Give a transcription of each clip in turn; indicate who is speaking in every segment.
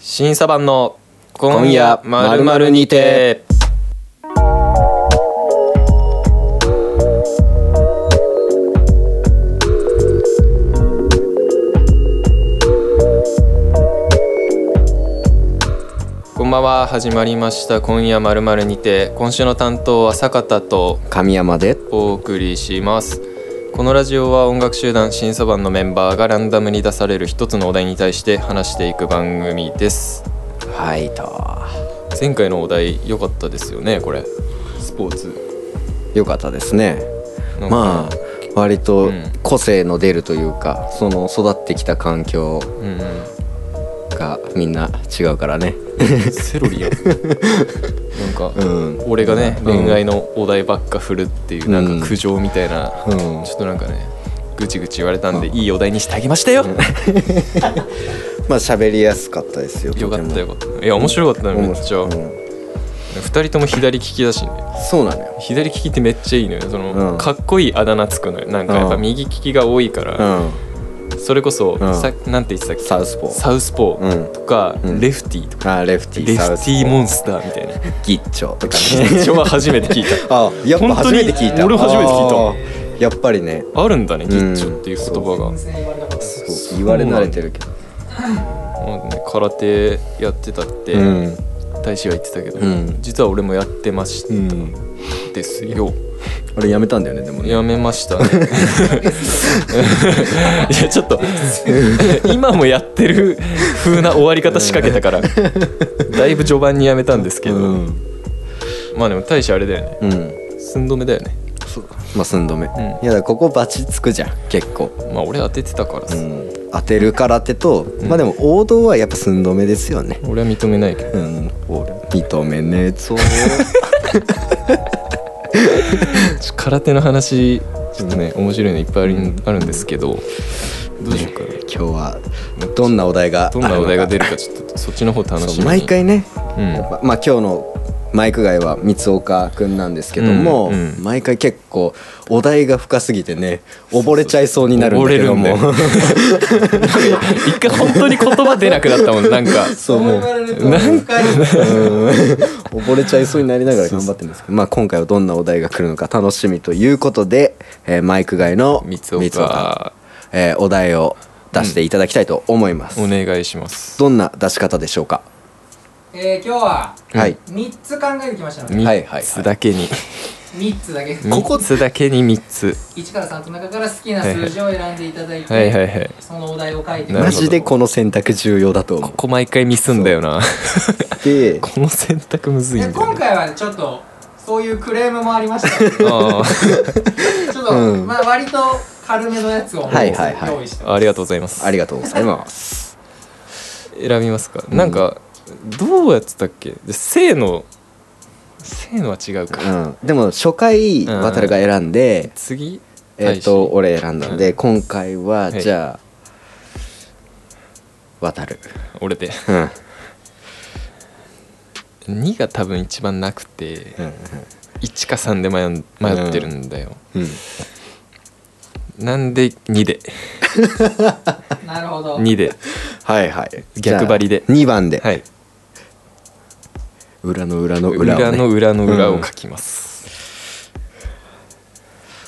Speaker 1: 審査版の今
Speaker 2: 今
Speaker 1: 夜
Speaker 2: 夜
Speaker 1: まる
Speaker 2: 〇
Speaker 1: まる
Speaker 2: 〇
Speaker 1: に
Speaker 2: に
Speaker 1: て
Speaker 2: て
Speaker 1: こんばんは始まりました今夜まるまるにて今週の担当は坂田と
Speaker 2: 神山で
Speaker 1: お送りしますこのラジオは音楽集団審査版のメンバーがランダムに出される一つのお題に対して話していく番組です
Speaker 2: はいと
Speaker 1: 前回のお題良かったですよねこれスポーツ
Speaker 2: よかったですね
Speaker 1: なんか
Speaker 2: まあ割と
Speaker 1: うん
Speaker 2: 個性の出るというか、その育ってきた環境
Speaker 1: うんうん
Speaker 2: がみんな違うからね
Speaker 1: セロリ やんなんか、
Speaker 2: うん
Speaker 1: 俺がね、
Speaker 2: うん
Speaker 1: 恋愛のお題ばっか振るっていうなんか苦情みたいな、
Speaker 2: うん
Speaker 1: ちょっとなんかねぐちぐち言われたんで、いいお題にしてあげましたよ、
Speaker 2: まあ喋りやすかったです よ
Speaker 1: よかったよ
Speaker 2: と
Speaker 1: かったいや面白かった
Speaker 2: て
Speaker 1: ね
Speaker 2: も
Speaker 1: めっちゃ、
Speaker 2: うん
Speaker 1: 二人とも左利きだしね
Speaker 2: そうなのよ
Speaker 1: 左利きってめっちゃいいのよその、
Speaker 2: うん
Speaker 1: かっこいいあだ名つくのよなんかやっぱ
Speaker 2: うん
Speaker 1: 右利きが多いから、それこそ、
Speaker 2: うん
Speaker 1: さなんて言ってたっけ
Speaker 2: サウスポー
Speaker 1: サウスポ
Speaker 2: う
Speaker 1: ー
Speaker 2: ん
Speaker 1: とか、
Speaker 2: うん
Speaker 1: レフティーとか、
Speaker 2: あレフティ
Speaker 1: レフティーモ
Speaker 2: ン
Speaker 1: ンスターみたいな
Speaker 2: ギッチョとかね
Speaker 1: 緊張は初めて聞いた
Speaker 2: あやっぱ初めて聞いた
Speaker 1: 本当に俺初めて聞いた
Speaker 2: あーやっぱりね
Speaker 1: あるんだね
Speaker 2: うん
Speaker 1: 緊張っていう言葉が、
Speaker 2: そう言われ慣れてるけど
Speaker 1: まあね空手やってたって、
Speaker 2: うん
Speaker 1: 大使は言ってたけど、
Speaker 2: うん
Speaker 1: 実は俺もやってまし
Speaker 2: う
Speaker 1: た
Speaker 2: ん
Speaker 1: ですよ、
Speaker 2: あれやめたんだよねでもね
Speaker 1: やめましたね いやちょっと今もやってる風な終わり方仕掛けたからだいぶ序盤にやめたんですけど、
Speaker 2: うん
Speaker 1: まあでも大使あれだよね
Speaker 2: うん
Speaker 1: 寸止めだよね
Speaker 2: まあ寸止め、
Speaker 1: ん
Speaker 2: いやだからここバチつくじゃん結構、
Speaker 1: まあ俺当ててたから
Speaker 2: う
Speaker 1: さ、
Speaker 2: ん、当てる空手と、まあでも王道はやっぱ寸止めですよね
Speaker 1: 俺は認めないけど
Speaker 2: うん俺認めねえぞ
Speaker 1: ちょ空手の話ちょっとね面白いのいっぱいあるあるんですけどどうしようかな
Speaker 2: 今日はどんなお題が
Speaker 1: どんなお題が出
Speaker 2: る
Speaker 1: るかちょっとそっちの方楽
Speaker 2: のか
Speaker 1: しみ
Speaker 2: そう
Speaker 1: に
Speaker 2: 毎回ね、
Speaker 1: うん
Speaker 2: やっぱまあ今日のマイク外は三岡くんなんですけども、
Speaker 1: うんうん
Speaker 2: 毎回結構お題が深すぎてね溺れちゃいそうになるんだけ ども
Speaker 1: 溺れる一回本当に言葉出なくなったもんなんか
Speaker 2: そうもう
Speaker 1: なんか
Speaker 2: 溺れちゃ いそうになりながら頑張ってるんですけど、まあ、今回はどんなお題が来るのか楽しみということで、えーマイク外の
Speaker 1: 三岡
Speaker 2: えーお題を出していただきたいと思います、
Speaker 1: お願いします
Speaker 2: どんな出し方でしょうか、
Speaker 3: えー、今日は
Speaker 2: はい
Speaker 3: 3つ考えてきましたので
Speaker 2: はいはいは
Speaker 1: 3
Speaker 2: い
Speaker 1: つだけに
Speaker 3: 3つだけ
Speaker 2: ここ
Speaker 1: 3つだけに3つ
Speaker 3: 1から3の中から好きな数字を選んでいただいて、
Speaker 1: はいはいはい
Speaker 3: そのお題を書いて
Speaker 1: なるほど
Speaker 2: マジでこの選択重要だと思
Speaker 1: ここ毎回ミスんだよな
Speaker 2: って
Speaker 1: この選択むずいんだ
Speaker 3: で
Speaker 1: よ
Speaker 3: 今
Speaker 1: ね
Speaker 3: 回はちょっとそういうクレームもありま したの
Speaker 1: あ
Speaker 3: でちょっと、
Speaker 2: うん
Speaker 3: まあ割と軽めのやつを
Speaker 2: はいはいはい
Speaker 3: 用意してます、
Speaker 1: ーありがとうございます
Speaker 2: ありがとうございます
Speaker 1: 選びますかなんかどうやってたっけで性の性のは違う
Speaker 2: う
Speaker 1: か
Speaker 2: ん、でも初回
Speaker 1: うん
Speaker 2: 渡るが選んで、
Speaker 1: 次
Speaker 2: えっ、と俺選んだので、今回
Speaker 1: は
Speaker 2: は
Speaker 1: い
Speaker 2: じゃあ、渡る
Speaker 1: 大志俺で
Speaker 2: うん
Speaker 1: 2が多分一番なくて
Speaker 2: うん
Speaker 1: 1か3で迷ん迷ってるんだよ
Speaker 2: うん
Speaker 1: なんで2で
Speaker 3: なるほど
Speaker 1: 2で
Speaker 2: はいはい
Speaker 1: 逆張りで
Speaker 2: 2番で、
Speaker 1: はい
Speaker 2: 裏の裏の裏を、ね、
Speaker 1: 裏の裏の裏
Speaker 2: う
Speaker 1: を
Speaker 2: ん
Speaker 1: 書きます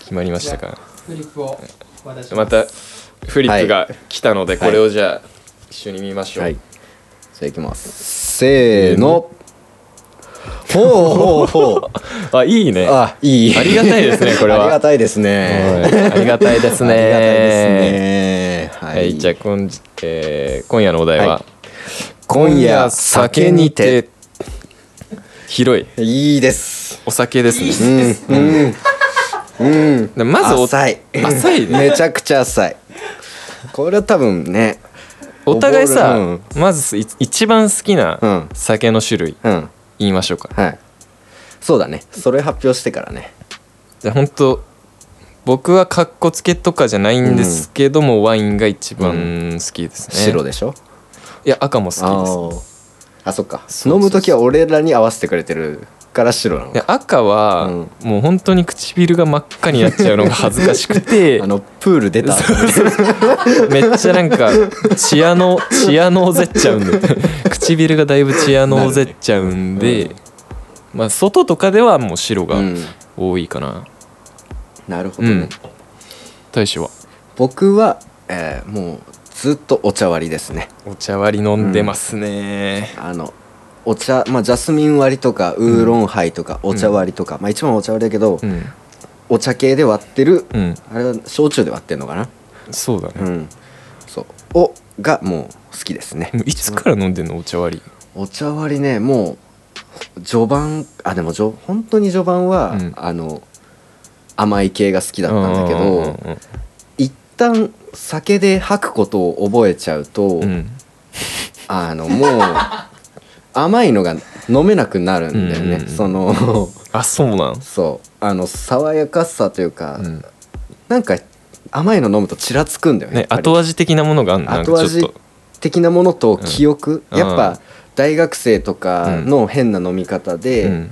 Speaker 1: 決まりましたか
Speaker 3: フリップを渡し
Speaker 1: ま
Speaker 3: ます
Speaker 1: たフリップが来たので
Speaker 2: はい
Speaker 1: これをじゃあ一緒に見ましょ
Speaker 2: は
Speaker 1: う
Speaker 2: いじゃあいきますせーのほうほうほう
Speaker 1: あいいねは
Speaker 2: あいい
Speaker 1: ありがたいですねこれは
Speaker 2: ありがたいです
Speaker 1: い
Speaker 2: ね
Speaker 1: ありがたいです
Speaker 2: ありがたいです
Speaker 1: ね
Speaker 2: ねは
Speaker 1: はいじゃあこんえー今夜のお題
Speaker 2: は
Speaker 1: はい
Speaker 2: 今夜酒にて
Speaker 1: 広い
Speaker 2: いいです
Speaker 1: お酒です
Speaker 3: いいっ
Speaker 1: ね
Speaker 3: すね
Speaker 2: うんうん
Speaker 1: でまずお
Speaker 2: 浅い
Speaker 1: 浅い ね
Speaker 2: めちゃくちゃ浅いこれは多分ね
Speaker 1: お互いさ、
Speaker 2: 溺
Speaker 1: まずい一番好き
Speaker 2: う
Speaker 1: なん酒の種類
Speaker 2: れうん
Speaker 1: 言いましょうか
Speaker 2: はいそうだねそれ発表してからね
Speaker 1: じゃあ本当僕はカッコつけとかじゃないんですけども、ワインが一番好きですね、
Speaker 2: 白でしょ
Speaker 1: いや赤も好き
Speaker 2: あ
Speaker 1: です
Speaker 2: ーあそっか
Speaker 1: そうそうそう
Speaker 2: 飲む時は俺らに合わせてくれてるから白なの
Speaker 1: で赤は、
Speaker 2: うん
Speaker 1: もう本当に唇が真っ赤になっちゃうのが恥ずかしく て
Speaker 2: あのプール出た
Speaker 1: めっちゃなんかチアノチアノーゼっちゃ うんで唇がだいぶチアノーゼっちゃうんで、まあ外とかではもう白が
Speaker 2: うん
Speaker 1: 多いかな
Speaker 2: なるほ
Speaker 1: う
Speaker 2: ど
Speaker 1: ん、
Speaker 2: ね、
Speaker 1: 大使は
Speaker 2: 僕は、えーもうずっとお茶割りですね
Speaker 1: お茶割り飲んでますね、
Speaker 2: あのお茶まあジャスミン割りとかウーロンハイとかお茶割りとか、まあ一番はお茶割りだけど、
Speaker 1: うん
Speaker 2: お茶系で割ってる、
Speaker 1: うん
Speaker 2: あれは焼酎で割ってるのかな
Speaker 1: そうだね、
Speaker 2: うんそうおがもう好きですね
Speaker 1: でもいつから飲んでんのお茶割り
Speaker 2: お茶割りねもう序盤あでもじょ本当に序盤は、
Speaker 1: うん
Speaker 2: あの甘い系が好きだったんだけ
Speaker 1: うんうん
Speaker 2: ど一旦酒で吐くことを覚えちゃうと、
Speaker 1: うんうん
Speaker 2: あのもう甘いのが飲めなくなるんだよね、
Speaker 1: うんうんうん
Speaker 2: その
Speaker 1: あそうなん
Speaker 2: そうあの爽やかさというか、
Speaker 1: うん
Speaker 2: なんか甘いの飲むとちらつくんだよね
Speaker 1: ね
Speaker 2: やっぱり
Speaker 1: 後味的なものがあんのなん
Speaker 2: 後
Speaker 1: かち
Speaker 2: 味
Speaker 1: ょっと
Speaker 2: 的なものと記憶、
Speaker 1: うん
Speaker 2: やっ
Speaker 1: うん
Speaker 2: ぱ大学生とかの変な飲み方で、
Speaker 1: うん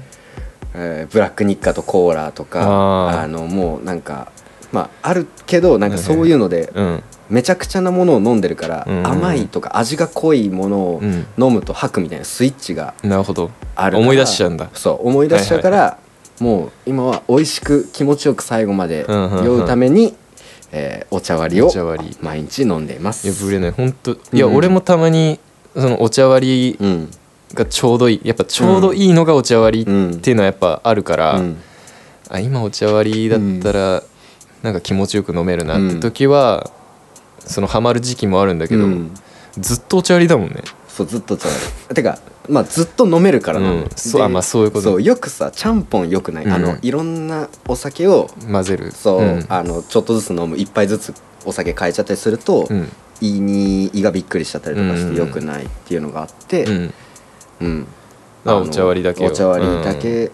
Speaker 2: えーブラックニッカとコーラとか
Speaker 1: あー
Speaker 2: あのもうなんかまああるけどなんかそういうので
Speaker 1: うん
Speaker 2: めちゃくちゃなものを飲んでるから、
Speaker 1: うん
Speaker 2: 甘いとか味が濃いものを
Speaker 1: うん
Speaker 2: 飲むと吐くみたいなスイッチが
Speaker 1: なるほど
Speaker 2: あるから
Speaker 1: 思い出しちゃうんだ
Speaker 2: そう思い出しちゃうから、
Speaker 1: は
Speaker 2: もう今は美味しく気持ちよく最後まで
Speaker 1: うんうんうん
Speaker 2: 酔うために、えーお茶割り
Speaker 1: お
Speaker 2: を
Speaker 1: 茶割り
Speaker 2: 毎日飲んでいます。
Speaker 1: いやぶれない本当いや、
Speaker 2: うん
Speaker 1: 俺もたまにそのお茶割
Speaker 2: う
Speaker 1: り
Speaker 2: ん
Speaker 1: がちょうどいいやっぱちょうどいいのがお茶割りっていうのはやっぱあるから、
Speaker 2: うん
Speaker 1: あ今お茶割りだったらなんか気持ちよく飲めるなって時は、そのハマる時期もあるんだけど、
Speaker 2: うん
Speaker 1: ずっとお茶割りだもんね
Speaker 2: そうずっと茶割りてかまあずっと飲めるからなの、
Speaker 1: うんそう
Speaker 2: で
Speaker 1: あまあそういうこと
Speaker 2: そうよくさちゃんぽんよくない、あ
Speaker 1: う
Speaker 2: の
Speaker 1: ん
Speaker 2: いろんなお酒を
Speaker 1: 混ぜる
Speaker 2: そう、
Speaker 1: ん
Speaker 2: あのちょっとずつ飲む一杯ずつお酒変えちゃったりすると、
Speaker 1: うん
Speaker 2: 胃に胃がびっくりしちゃったりとかし
Speaker 1: うん
Speaker 2: てよくないっていうのがあって、
Speaker 1: う
Speaker 2: うん
Speaker 1: んあ
Speaker 2: の
Speaker 1: お茶割りだけを
Speaker 2: お茶割りだけ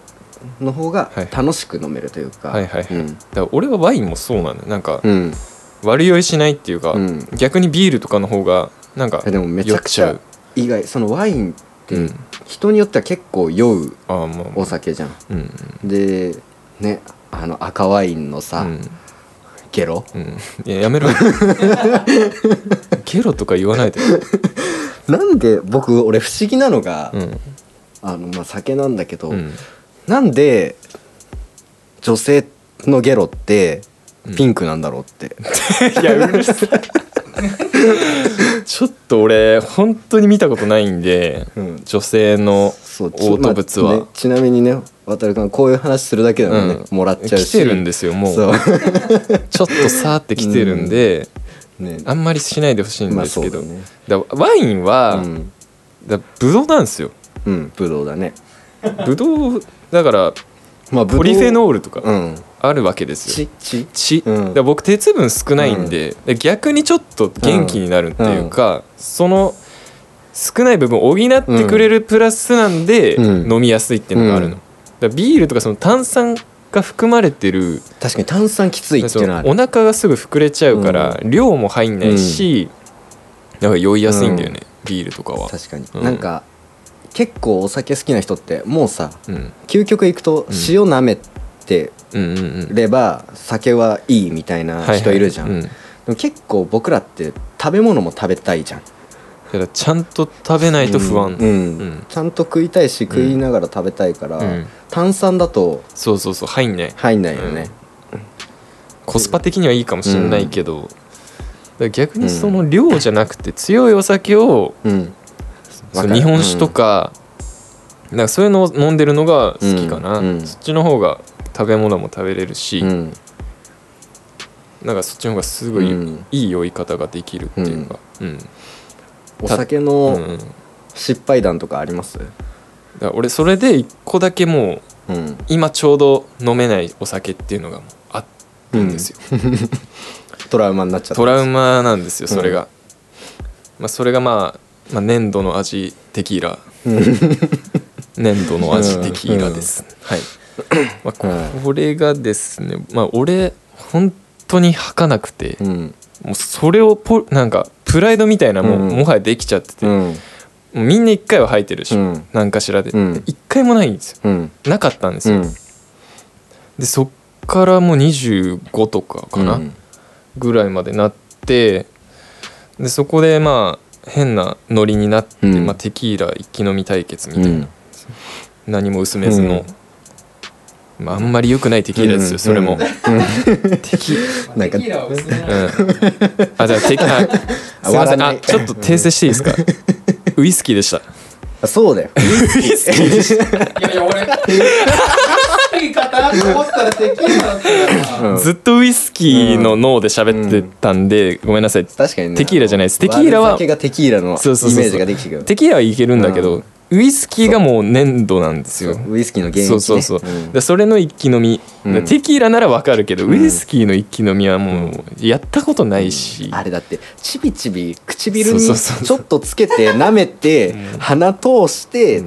Speaker 2: の方が
Speaker 1: はい
Speaker 2: 楽しく飲めるというか、
Speaker 1: はいはいはい、
Speaker 2: う
Speaker 1: だ
Speaker 2: ん
Speaker 1: から俺はワインもそうなのよなんか、
Speaker 2: うん
Speaker 1: 悪酔いしないっていうか、
Speaker 2: うん
Speaker 1: 逆にビールとかの方がなんか
Speaker 2: えでもめちゃくち
Speaker 1: 酔
Speaker 2: ゃ
Speaker 1: っ
Speaker 2: 意外そのワインって、
Speaker 1: うん
Speaker 2: 人によっては結構酔
Speaker 1: ゃ
Speaker 2: う
Speaker 1: うああもう
Speaker 2: お酒じゃん
Speaker 1: うんうん
Speaker 2: でねあの赤ワインのさ、
Speaker 1: うん
Speaker 2: ゲロ
Speaker 1: うんいややめろゲロとか言わないで、
Speaker 2: なんで僕俺不思議なのが、
Speaker 1: うん
Speaker 2: あのまあ酒なんだけど、
Speaker 1: うん、
Speaker 2: なんで女性のゲロって
Speaker 1: うん
Speaker 2: ピンクなんだろうって、
Speaker 1: いやうるさいちょっと俺本当に見たことないんで、
Speaker 2: うん
Speaker 1: 女性の
Speaker 2: そ
Speaker 1: 嘔
Speaker 2: うち
Speaker 1: 吐
Speaker 2: ょ
Speaker 1: 物は、
Speaker 2: まあねちなみにね渡る君はこういう話するだけでもね、
Speaker 1: うん
Speaker 2: もらっちゃうし
Speaker 1: 来てるんですよもう
Speaker 2: そう
Speaker 1: ちょっとさーって来てるんで、
Speaker 2: ね
Speaker 1: あんまりしないでほしいんですけど、
Speaker 2: まあそうだね
Speaker 1: だからワインは、
Speaker 2: うん、
Speaker 1: だからブドウなんですよ
Speaker 2: うん、ブドウだね
Speaker 1: ブドウだから
Speaker 2: まあブドウ
Speaker 1: ポリフェノールとか
Speaker 2: うん
Speaker 1: あるわけですよ
Speaker 2: ちち
Speaker 1: 血、
Speaker 2: うん
Speaker 1: だから僕鉄分少ないんで、で逆にちょっと元気になるっていうか、その少ない部分を補ってくれるプラスなんで、
Speaker 2: うん
Speaker 1: 飲みやすいっていうのがあるの、
Speaker 2: うん
Speaker 1: だからビールとかその炭酸が含まれてる
Speaker 2: 確かに炭酸きついって
Speaker 1: そ
Speaker 2: いうのは
Speaker 1: の
Speaker 2: あ
Speaker 1: お
Speaker 2: る
Speaker 1: 腹がすぐ膨れちゃうから、量も入んないし、だから酔いやすいんだよね、ビールとかは
Speaker 2: 確かに、
Speaker 1: うん
Speaker 2: なんか結構お酒好きな人ってもうさ
Speaker 1: うん
Speaker 2: 究極いくと塩舐めて
Speaker 1: うんうんうん
Speaker 2: れば酒はいいみたいな人いるじゃん、
Speaker 1: はいはいうん
Speaker 2: でも結構僕らって食べ物も食べたいじゃん
Speaker 1: だからちゃんと食べないと不安、
Speaker 2: うん
Speaker 1: うん
Speaker 2: ちゃんと食いたいし食いながら食べたいから、
Speaker 1: うん
Speaker 2: 炭酸だと
Speaker 1: そうそうそう入んない
Speaker 2: 入んないよね、
Speaker 1: コスパ的にはいいかもしれないけど、だから逆にその量じゃなくて強いお酒を、
Speaker 2: うん
Speaker 1: そ
Speaker 2: わか
Speaker 1: の
Speaker 2: る
Speaker 1: 日本酒とか,、なんかそういうのを飲んでるのが好きかな、
Speaker 2: うんうん
Speaker 1: そっちの方が食べ物も食べれるし、
Speaker 2: うん
Speaker 1: なんかそっちの方がすごい、
Speaker 2: うん
Speaker 1: いい酔い方ができるっていうか、うん
Speaker 2: お酒
Speaker 1: うん
Speaker 2: の
Speaker 1: だか
Speaker 2: 失敗談とかあります
Speaker 1: ら俺それで一個だけもう
Speaker 2: うん
Speaker 1: 今ちょうど飲めないお酒っていうのがもうあったんですよ、
Speaker 2: トラウマになっちゃった
Speaker 1: トラウマなんですよそれが、まあ、それが、まあ、まあ粘土の味テキー ラ粘土の味テキーラです、 はい、まあ、これがですねまあ俺本当に吐かなくて、
Speaker 2: うん
Speaker 1: もうそれをポなんかプライドみたいなもう、
Speaker 2: うん
Speaker 1: もはやできちゃってて、
Speaker 2: うん
Speaker 1: もうみんな一回は吐いてるでしょ、
Speaker 2: うん
Speaker 1: 何かしらで
Speaker 2: うん
Speaker 1: で一、回もないんですよ
Speaker 2: うん
Speaker 1: なかったんです
Speaker 2: う
Speaker 1: よ、
Speaker 2: ん
Speaker 1: でそっからもう25とかかな、
Speaker 2: うん
Speaker 1: ぐらいまでなってでそこでまあ変なノリになって、
Speaker 2: うん
Speaker 1: まあ、テキーラ一気飲み対決みた
Speaker 2: う
Speaker 1: いな、
Speaker 2: ん
Speaker 1: 何も薄めずの、まあ、あんまり良くないテキーラですよ、
Speaker 2: うん
Speaker 1: それも、
Speaker 2: う
Speaker 3: ま
Speaker 2: な
Speaker 3: あ
Speaker 2: んか
Speaker 3: テキーラは薄めな
Speaker 1: うん
Speaker 3: い
Speaker 1: あじゃあテキあすいませ
Speaker 2: 割ら
Speaker 1: ん
Speaker 2: な
Speaker 1: あ
Speaker 2: い
Speaker 1: ちょっと訂正していいですかウイスキーでした
Speaker 2: あそうだよ
Speaker 3: いやいや俺言い方あると思ったらテキーラだったか ら
Speaker 1: ずっとウイスキーの脳で喋ってたんで、ごめんなさい
Speaker 2: 確かにね
Speaker 1: テキーラじゃないですテキーラ
Speaker 2: 悪
Speaker 1: は
Speaker 2: 酒がテキーラのイメ
Speaker 1: そうそうそうそう
Speaker 2: ージができてくる
Speaker 1: テキーラはいけるんだけど、ウイスキーがもう粘土なんですよ
Speaker 2: ウイスキーの原因
Speaker 1: そうそうそう、
Speaker 2: ん
Speaker 1: でそれの一気飲み、
Speaker 2: うん
Speaker 1: テキーラならわかるけど、ウイスキーの一気飲みはもうやったことないし、
Speaker 2: あれだってちびちび
Speaker 1: そ
Speaker 2: 唇
Speaker 1: う
Speaker 2: に
Speaker 1: そうそう
Speaker 2: ちょっとつけて舐めて鼻通して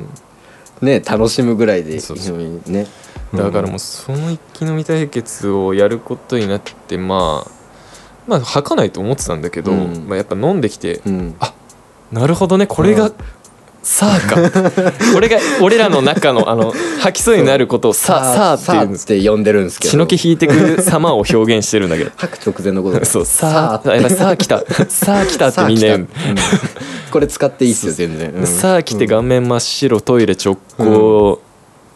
Speaker 2: ね楽しむぐらいで
Speaker 1: そうそ
Speaker 2: ね
Speaker 1: だからもうその一気飲み対決をやることになってまあまあ吐かないと思ってたんだけど、
Speaker 2: うん
Speaker 1: まあ、やっぱ飲んできて、
Speaker 2: うん
Speaker 1: あなるほどねこれが、さあか これが俺らの中のあの吐きそうになることをさあさあっていうんです
Speaker 2: さあって呼んでるんですけど
Speaker 1: 血の気引いてく様を表現してるん だけど
Speaker 2: 吐く直前のこと
Speaker 1: そうさあやっぱさあ来たさあ来た
Speaker 2: あ
Speaker 1: ってみんな言うん
Speaker 2: さあ来たうんこれ使っていいっすよ全然うん
Speaker 1: さあ来て顔面真っ白トイレ直行、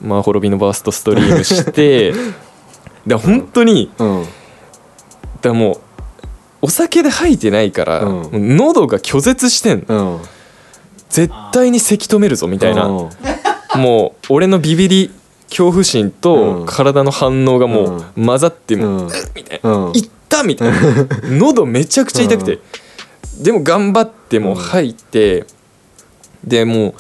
Speaker 1: まあ、滅びのバーストストリームして で本当に
Speaker 2: うん
Speaker 1: だからもうお酒で吐いてないから、
Speaker 2: うん
Speaker 1: もう喉が拒絶してんの
Speaker 2: うん
Speaker 1: 絶対にせき止めるぞみたいな、
Speaker 2: うん
Speaker 1: もう俺のビビり恐怖心
Speaker 2: う
Speaker 1: と
Speaker 2: ん
Speaker 1: 体の反応がもう混ざって
Speaker 2: う
Speaker 1: もう、
Speaker 2: ん
Speaker 1: みたいな
Speaker 2: うん
Speaker 1: いったみたいな 喉めちゃくちゃ痛くて、でも頑張ってもう吐いて、でもう、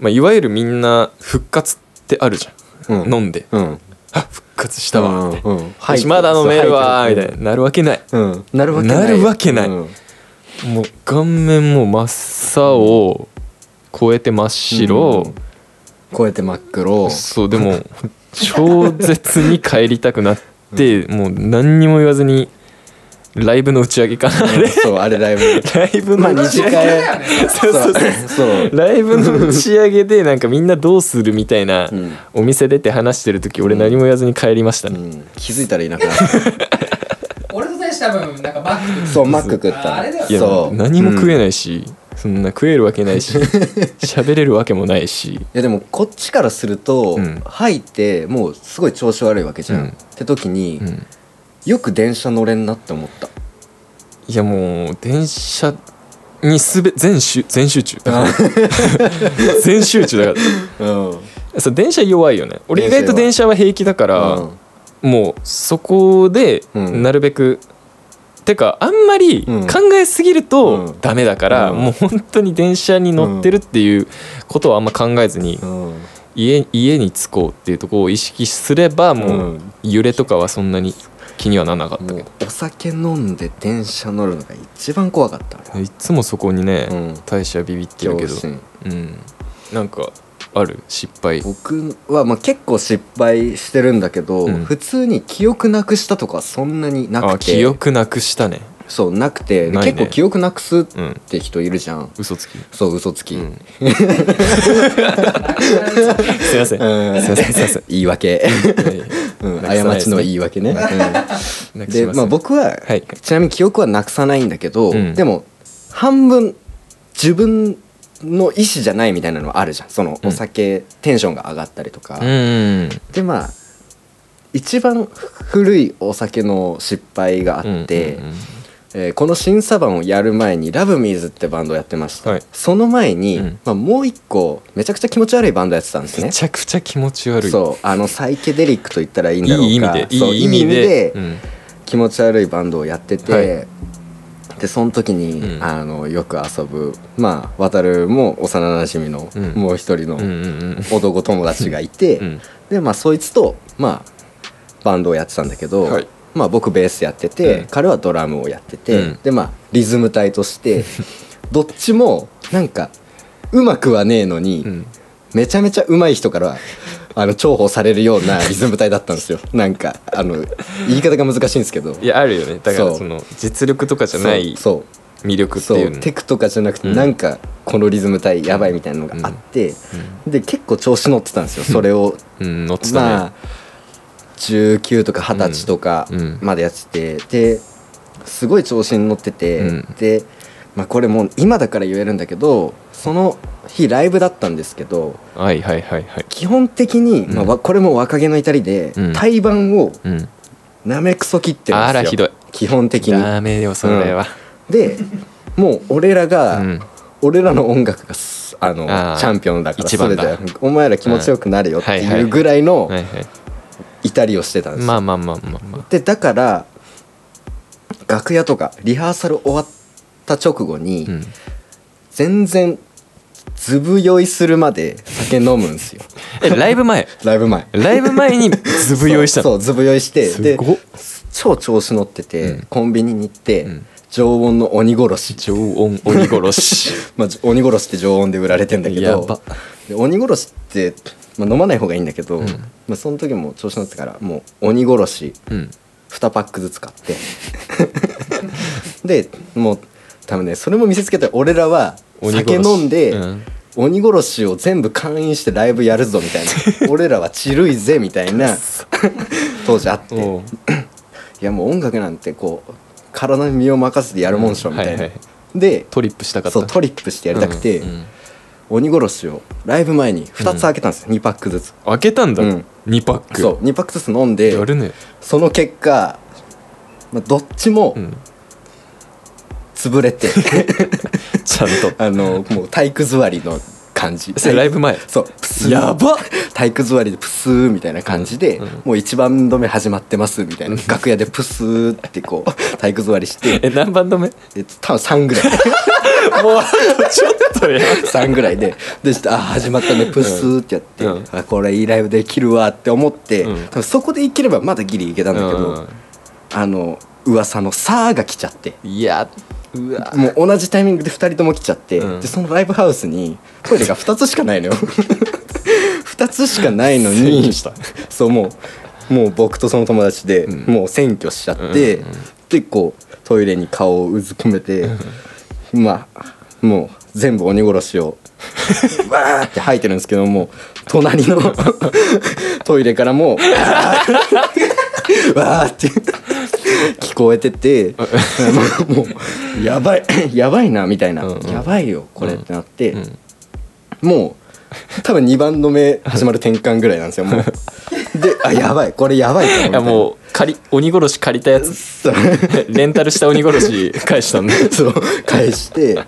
Speaker 1: まあ、いわゆるみんな復活ってあるじゃん、
Speaker 2: うん
Speaker 1: 飲んで
Speaker 2: うん
Speaker 1: 「あ復活したわ」って
Speaker 2: うんう
Speaker 1: 「
Speaker 2: ん
Speaker 1: よしまだ飲めるわ」みたいななるわけない
Speaker 2: うんなるわけない
Speaker 1: なるわけない
Speaker 2: うん
Speaker 1: もう顔面もう真っ青超えて真っ白、
Speaker 2: うん超えて真っ黒
Speaker 1: そうでも超絶に帰りたくなって、もう何にも言わずにライブの打ち上げかなあれ
Speaker 2: そうあれライブ
Speaker 1: ライブ
Speaker 2: ま
Speaker 1: の
Speaker 2: あ二
Speaker 1: 打ち
Speaker 2: 次
Speaker 1: 上げ、
Speaker 2: 会
Speaker 1: そうそうそう
Speaker 2: そう
Speaker 1: ライブの打ち上げでなんかみんなどうするみたいな、
Speaker 2: ん
Speaker 1: お店出て話してる時俺何も言わずに帰りました
Speaker 2: う
Speaker 1: ね、
Speaker 2: ん気づいたらいなくな った
Speaker 3: 俺と選手多分なんかバック
Speaker 2: そうマック食っ
Speaker 3: ああ
Speaker 2: た
Speaker 3: れだよ
Speaker 1: いや
Speaker 2: そう
Speaker 1: 何も食
Speaker 2: うんい
Speaker 1: えないし、そんな食えるわけない し喋れるわけもないし
Speaker 2: やでもこっちからすると
Speaker 1: うん
Speaker 2: 吐いてもうすごい調子悪いわけじゃ
Speaker 1: うん
Speaker 2: んって時に
Speaker 1: うん
Speaker 2: よく電車乗れんなって思った
Speaker 1: いやもう電車にすべ全集全集 中だから全集中だか
Speaker 2: うん
Speaker 1: らそう電車弱いよね俺意外と電
Speaker 2: 電
Speaker 1: 車は平気だから、もうそこで
Speaker 2: うん
Speaker 1: なるべく、てかあんまり
Speaker 2: うん
Speaker 1: 考えすぎる
Speaker 2: う
Speaker 1: と
Speaker 2: ん
Speaker 1: ダメだから、
Speaker 2: うん
Speaker 1: もう本当に電車に乗ってるっていうことはあんま考えずに、
Speaker 2: うんうん
Speaker 1: 家家に着こうっていうところを意識すればも
Speaker 2: う
Speaker 1: うん揺れとかはそんなに気にはならなかった
Speaker 2: も
Speaker 1: け
Speaker 2: うお酒飲んで電車乗るのが一番怖かった
Speaker 1: どいつもそこにね、
Speaker 2: うん
Speaker 1: 大使はビビってる
Speaker 2: 恐
Speaker 1: け
Speaker 2: 怖
Speaker 1: ど、
Speaker 2: 心
Speaker 1: うん、なんかある失敗
Speaker 2: 僕はまあ結構失敗してるんだけど、
Speaker 1: うん
Speaker 2: 普通に記憶なくしたとかそんなになくて
Speaker 1: あ記憶なくしたね
Speaker 2: そうなくてで
Speaker 1: ないね
Speaker 2: 結構記憶なくすっ
Speaker 1: うん
Speaker 2: て人いるじゃん
Speaker 1: 嘘 つき、
Speaker 2: そう嘘つき、
Speaker 1: うん
Speaker 3: なくなる
Speaker 1: すいません、
Speaker 2: うん
Speaker 1: すいませんすいません
Speaker 2: 言い訳、
Speaker 1: いやいや
Speaker 2: うん、
Speaker 1: なくさない
Speaker 2: 過
Speaker 1: で
Speaker 2: ち
Speaker 1: す
Speaker 2: の
Speaker 1: ね
Speaker 2: 言い訳ね、
Speaker 1: な
Speaker 2: うん
Speaker 1: くし
Speaker 2: で
Speaker 1: ま
Speaker 2: まあ
Speaker 1: せん
Speaker 2: 僕は、
Speaker 1: はい
Speaker 2: ちなみに記憶はなくさないんだけど、
Speaker 1: うん
Speaker 2: でも半分自分の意思じゃないみたいなのはあるじゃんそのお酒、テンションが上がったりとか、
Speaker 1: うん
Speaker 2: でまあ一番古いお酒の失敗があって、
Speaker 1: うんうんうん
Speaker 2: えーこの審査版をやる前に「ラブミーズってバンドをやってました、
Speaker 1: はい
Speaker 2: その前に、
Speaker 1: うん
Speaker 2: まあ、もう一個めちゃくちゃ気持ち悪いバンドやってたんです
Speaker 1: め
Speaker 2: ね
Speaker 1: ちゃくちゃ気持ち悪い
Speaker 2: そうあのサイケデリックと言ったらいいんだろうか
Speaker 1: いい意味で
Speaker 2: そう
Speaker 1: いい意味で
Speaker 2: いい意味気持ち悪いバンドをやってて、
Speaker 1: はい
Speaker 2: でその時に、
Speaker 1: うん
Speaker 2: あのよく遊ぶまあ渡るも幼なじみの、
Speaker 1: うん
Speaker 2: もう一人
Speaker 1: うんうん
Speaker 2: の
Speaker 1: うんうん
Speaker 2: 男友達がいて、
Speaker 1: うん
Speaker 2: でまあそいつとまあバンドをやってたんだけど、
Speaker 1: はい
Speaker 2: まあ僕ベースやってて、
Speaker 1: うん
Speaker 2: 彼はドラムをやってて、
Speaker 1: うん
Speaker 2: でまあリズム隊として どっちもなんかうまくはねえのに、
Speaker 1: うん
Speaker 2: めちゃめちゃうまい人からあの重宝されるよう なリズム隊だったんですよなんかあの言い方が難しいんですけど
Speaker 1: いやあるよねだか
Speaker 2: そ
Speaker 1: ら
Speaker 2: う
Speaker 1: その実力とかじゃない
Speaker 2: そうそう
Speaker 1: 魅力って
Speaker 2: そ
Speaker 1: いう
Speaker 2: う
Speaker 1: の
Speaker 2: テクとかじゃなくて
Speaker 1: うん
Speaker 2: なんかこのリズム体やばいみたいなのがあって、で結構調子乗ってたんですよそれを
Speaker 1: うん乗ってたね、
Speaker 2: まあ19とか20歳とか
Speaker 1: うん
Speaker 2: までやってて、ですごい調子に乗ってて、
Speaker 1: うん
Speaker 2: で、まあ、これもう今だから言えるんだけどその日ライブだったんですけど
Speaker 1: はいはいはいはい
Speaker 2: 基本的に、
Speaker 1: ん
Speaker 2: まあわ、これも若気の至りで、
Speaker 1: うん
Speaker 2: 対バンを
Speaker 1: うん
Speaker 2: なめくそ切ってるんですよ
Speaker 1: あらひどい
Speaker 2: 基本的に
Speaker 1: ダメよそれは、
Speaker 2: でもう俺らが、
Speaker 1: うん
Speaker 2: 俺らの音楽がすあの
Speaker 1: あー
Speaker 2: チャンピオンだから
Speaker 1: 一番だ
Speaker 2: それだよお前ら気持ちよくなれよって
Speaker 1: うんはいはいいう
Speaker 2: ぐらいの
Speaker 1: はいはい
Speaker 2: 至りをしてたんですよ、
Speaker 1: まあまあまあまあま
Speaker 2: でだから楽屋とかリハーサル終わった直後に、
Speaker 1: あ、うん、
Speaker 2: 全然ずぶ酔いするまで酒飲むんですよ
Speaker 1: えライブ前
Speaker 2: ライブ前
Speaker 1: ライブ前にズブ酔いした
Speaker 2: そう
Speaker 1: の
Speaker 2: そうずぶ酔いして
Speaker 1: すごっ
Speaker 2: で超調子乗ってて、
Speaker 1: うん
Speaker 2: コンビニに行って、
Speaker 1: ん
Speaker 2: 常温の鬼殺し
Speaker 1: 常温鬼殺し
Speaker 2: まあ、鬼殺しって常温で売られてんだけ
Speaker 1: や
Speaker 2: ど
Speaker 1: ば
Speaker 2: で鬼殺しって、まあ、飲まない方がいいんだけど、まあ、その時も調子乗ってたからもう鬼殺し
Speaker 1: うん
Speaker 2: 2パックずつ買ってでもう多分ねそれも見せつけて俺らは
Speaker 1: 鬼殺
Speaker 2: 酒
Speaker 1: し
Speaker 2: 飲んで、
Speaker 1: うん
Speaker 2: 鬼殺しを全部勧誘してライブやるぞみたい な俺らはチルいぜみたいな当時あって
Speaker 1: おう
Speaker 2: いやもう音楽なんてこう体に身を任せてやるもんでしょみたいな、
Speaker 1: うんはいはい
Speaker 2: で
Speaker 1: トリップしたかった
Speaker 2: そうトリップしてやりたくて、
Speaker 1: うんうん
Speaker 2: 鬼殺しをライブ前に2つ開けたんですよ、2パックずつ
Speaker 1: 開けたんだ、
Speaker 2: うん
Speaker 1: 2パック
Speaker 2: そう2パックずつ飲んで
Speaker 1: やる ね
Speaker 2: その結果、まあ、どっちも
Speaker 1: うん
Speaker 2: 潰 れて、
Speaker 1: ちゃんと
Speaker 2: あのもう体育座りの感じ
Speaker 1: それライブ前
Speaker 2: そうプスー
Speaker 1: やばっ
Speaker 2: 体育座りでプスーみたいな感じで、
Speaker 1: うん
Speaker 2: もう一番止め始まってますみたいな楽屋でプスーってこう体育座りして
Speaker 1: え何番止め
Speaker 2: え多分3ぐらい
Speaker 1: もうちょっとや
Speaker 2: 3ぐらいででちょっとあー始まったねプスーってやって、
Speaker 1: うん
Speaker 2: あこれいいライブできるわって思って、
Speaker 1: うん
Speaker 2: 多分そこでいければまだギリいけたんだけど、あの噂の「さ」が来ちゃって
Speaker 1: いやうわ
Speaker 2: もう同じタイミングで2人とも来ちゃって、
Speaker 1: うん
Speaker 2: でそのライブハウスにトイレが2つし かないのよ2つしかないの
Speaker 1: 占
Speaker 2: に
Speaker 1: 拠した
Speaker 2: そうもうもう僕とその友達で、
Speaker 1: ん
Speaker 2: もう占拠しちゃって、
Speaker 1: うんうん
Speaker 2: でこうトイレに顔をうずくめて、まあもう全部鬼殺しを わーって吐いてるんですけども隣の トイレからもわ ーって聞こえててもうやばい やばいなみたいな、
Speaker 1: うんうん
Speaker 2: やばいよこれってなって、
Speaker 1: ん
Speaker 2: もう多分2番止め始まる転換ぐらいなんですよもうであやばいこれやばい
Speaker 1: いや
Speaker 2: う
Speaker 1: もう借り鬼殺し借りたやつ
Speaker 2: そう
Speaker 1: レンタルした鬼殺し返したんだ
Speaker 2: そう返して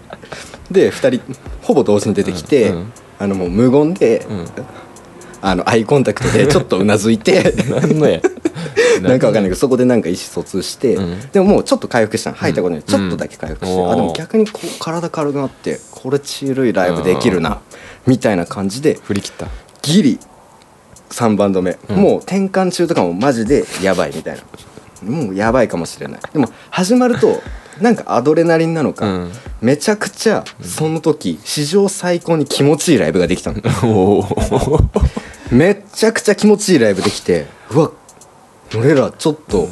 Speaker 2: で2人ほぼ同時に出てきて、
Speaker 1: うんうん
Speaker 2: あのもう無言で、
Speaker 1: ん
Speaker 2: あのアイコンタクトでちょっとうなずいて
Speaker 1: 何のや
Speaker 2: なんかわかんないけどそこでなんか意思疎通して、
Speaker 1: うん
Speaker 2: でももうちょっと回復したの吐いたことによってちょっとだけ回復して、
Speaker 1: うん
Speaker 2: あでも逆にこう体軽くなってこれチルいライブできるな、みたいな感じで
Speaker 1: 振り切った
Speaker 2: ギリ3バンド目、
Speaker 1: ん
Speaker 2: もう転換中とかもマジでやばいみたいなもうやばいかもしれないでも始まるとなんかアドレナリンなのか、
Speaker 1: うん
Speaker 2: めちゃくちゃその時史上最高に気持ちいいライブができたの
Speaker 1: おお
Speaker 2: めっちゃくちゃ気持ちいいライブできてうわ俺らちょっと、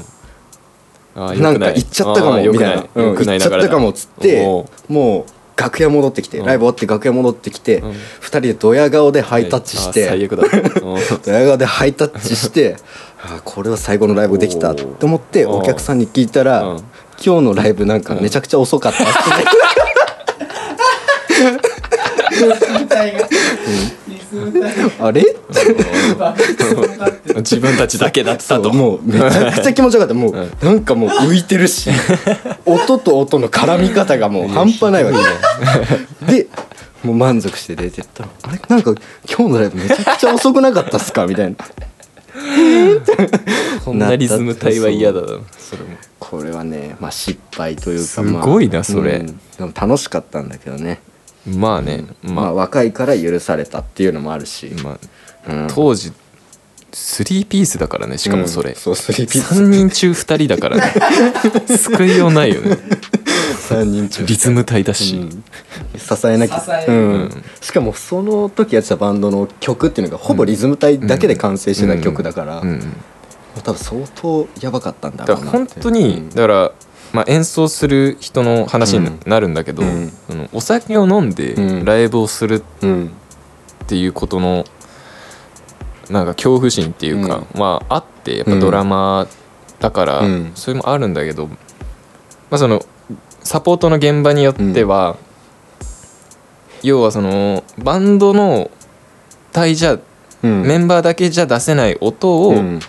Speaker 2: なんか行っちゃったかもみたいなうん
Speaker 1: よく
Speaker 2: 行
Speaker 1: な
Speaker 2: っ
Speaker 1: い
Speaker 2: ちゃったかもっつって
Speaker 1: おー
Speaker 2: もう楽屋戻ってきて
Speaker 1: ん
Speaker 2: ライブ終わって楽屋戻ってきて
Speaker 1: ん
Speaker 2: 2人でドヤ顔でハイタッチし
Speaker 1: あー最
Speaker 2: て
Speaker 1: 悪だおー
Speaker 2: ドヤ顔でハイタッチしてあーこれは最後のライブできたって思って
Speaker 1: おー
Speaker 2: お客さんに聞いたら
Speaker 1: うん
Speaker 2: 「今日のライブなんかめちゃくちゃ遅かった」って
Speaker 3: リズム体がリズム体が
Speaker 2: 「あれ?」
Speaker 3: 爆発になってる
Speaker 1: 自分たちだけだったと
Speaker 2: もうめちゃくちゃ気持ちよかったもうなんかもう浮いて るし音と音の絡み方がもう半端ないわけでもう満足して出てったら「あれなんか今日のライブめちゃくちゃ遅くなかったっすか?」みたいな
Speaker 1: こんなリズム体は嫌だなそれも
Speaker 2: これはねまあ失敗というか
Speaker 1: すごいな
Speaker 2: まあ
Speaker 1: それ
Speaker 2: うんでも楽しかったんだけどね
Speaker 1: まあね
Speaker 2: まあ
Speaker 1: まあ
Speaker 2: 若いから許されたっていうのもあるし、
Speaker 1: まあ
Speaker 2: うん
Speaker 1: 当時3ピースだからねしかもそれ、
Speaker 2: うんそう3ピース
Speaker 1: 3人中2人だから ね救いようないよね
Speaker 2: 3人中
Speaker 1: リズム体だし、
Speaker 2: 支えなきゃ
Speaker 3: 支える
Speaker 2: うん、しかもその時やってたバンドの曲っていうのがほぼリズム体だけで完成してた曲だから、
Speaker 1: うん
Speaker 2: もう多分相当やばかったんだ
Speaker 1: だ
Speaker 2: ろ
Speaker 1: か
Speaker 2: う
Speaker 1: ら
Speaker 2: な
Speaker 1: 本当
Speaker 2: う
Speaker 1: に
Speaker 2: ん
Speaker 1: だからまあ、演奏する人の話になるんだけど、
Speaker 2: うん
Speaker 1: そのお酒を飲ん
Speaker 2: う
Speaker 1: で
Speaker 2: ん
Speaker 1: ライブをする
Speaker 2: うん
Speaker 1: っていうことのなんか恐怖心っていうか、まああってやっ
Speaker 2: う
Speaker 1: ぱ
Speaker 2: ん
Speaker 1: ドラマだから、
Speaker 2: うん
Speaker 1: それもあるんだけど、まあ、そのサポートの現場によっては、要はそのバンドの体じゃ
Speaker 2: うん
Speaker 1: メンバーだけじゃ出せない音を、
Speaker 2: うん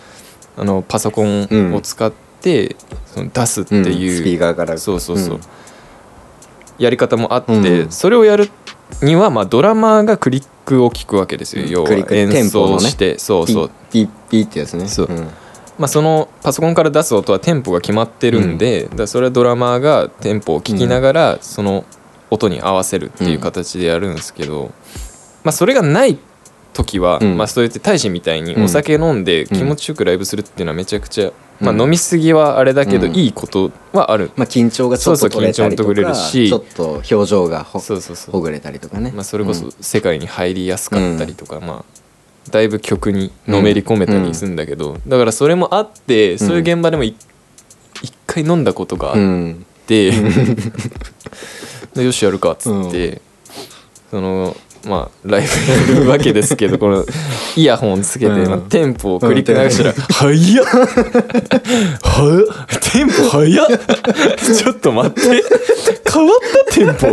Speaker 1: あのパソコンを使って、その出すっていう、
Speaker 2: スピーカーから
Speaker 1: そうそうそう、
Speaker 2: ん
Speaker 1: やり方もあって、
Speaker 2: うん
Speaker 1: それをやるにはまあドラマーがクリックを聞くわけですよ、要は
Speaker 2: クリックテ
Speaker 1: 演
Speaker 2: ンポの
Speaker 1: 奏
Speaker 2: ね
Speaker 1: して、そう
Speaker 2: ピ
Speaker 1: そう
Speaker 2: ッ、ピッピッってやつね
Speaker 1: そうんまあ、そのパソコンから出す音はテンポが決まってるんで、だからそれはドラマーがテンポを聞きながらその音に合わせるっていう形でやるんですけど、まあ、それがない時は、
Speaker 2: うん
Speaker 1: まあ、そうやって大使みたいに
Speaker 2: うん
Speaker 1: お酒飲んで気持ちよくライブするっていうのはめちゃくちゃ、まあ、飲みすぎはあれだけど
Speaker 2: うん
Speaker 1: いいことはある、
Speaker 2: まあ緊張がちょ
Speaker 1: そう
Speaker 2: っと
Speaker 1: そう
Speaker 2: 取れたりと
Speaker 1: 緊張も取れる
Speaker 2: か
Speaker 1: し
Speaker 2: ちょっと表情がほ
Speaker 1: そうそうそう
Speaker 2: ほぐれたりとかね
Speaker 1: まあ、それこ
Speaker 2: うん
Speaker 1: そ世界に入りやすかったりとか、まあ、だいぶ曲にのめり込めたりするんだけど、だからそれもあってそういう現場でもい一回飲んだことがあっ
Speaker 2: うん
Speaker 1: ってでよしやるかっつって、そのまあライブやるわけですけど このイヤホンつけて、
Speaker 2: うん
Speaker 1: まあ、テンポを繰り返したら「はやっはっテンポ早っちょっと待って変わったテン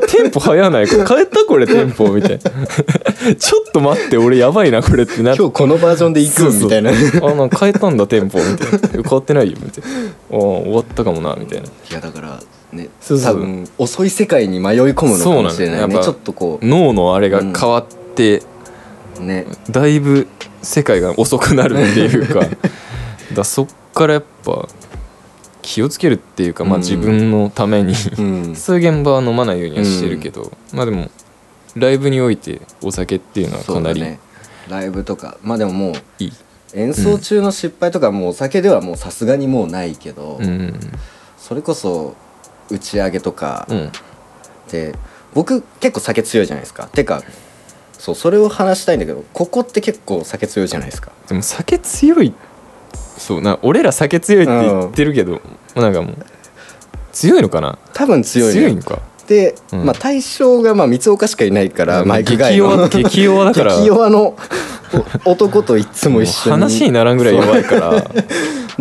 Speaker 1: ポテンポ早ないこれ変えたこれテンポ」みたいな「ちょっと待って俺やばいなこれ」ってなって
Speaker 2: 今日このバージョンで行くみたいな
Speaker 1: そうそうあなんか変えたんだテンポみたいな変わってないよみたいなあー終わったかもなみたいない
Speaker 2: やだからね
Speaker 1: そうそう
Speaker 2: 多分遅い世界に迷い込むのかもしれな
Speaker 1: そうなのや
Speaker 2: い
Speaker 1: っ
Speaker 2: ね
Speaker 1: ぱ
Speaker 2: ちょっとこ
Speaker 1: 脳のあれが変わって、
Speaker 2: うね
Speaker 1: だいぶ世界が遅くなるっていう かだそっからやっぱ気をつけるっていうか、まあ、
Speaker 2: うん
Speaker 1: 自分のために
Speaker 2: うん
Speaker 1: そういう現場は飲まないようにはしてるけど、まあでもライブにおいてお酒っていうのは
Speaker 2: そ
Speaker 1: か
Speaker 2: う
Speaker 1: な
Speaker 2: だ
Speaker 1: り
Speaker 2: ねライブとかまあでももう
Speaker 1: いい。
Speaker 2: 演奏中の失敗とかもうお酒ではもうさすがにもうないけど、
Speaker 1: うん
Speaker 2: それこそ打ち上げとか
Speaker 1: うん
Speaker 2: で、僕結構酒強いじゃないですかてかそうそれを話したいんだけどここって結構酒強いじゃないですか
Speaker 1: でも酒強いそうな俺ら酒強いって言ってるけど、なんかもう強いのかな
Speaker 2: 多分強い,、ね、
Speaker 1: 強いのか
Speaker 2: で、
Speaker 1: うん
Speaker 2: まあ対象がまあ三岡しかいないからマイク外
Speaker 1: 激弱
Speaker 2: の
Speaker 1: 激弱だから
Speaker 2: 激弱のお男といつも一緒に
Speaker 1: もう話にならんぐらい弱いから
Speaker 2: そう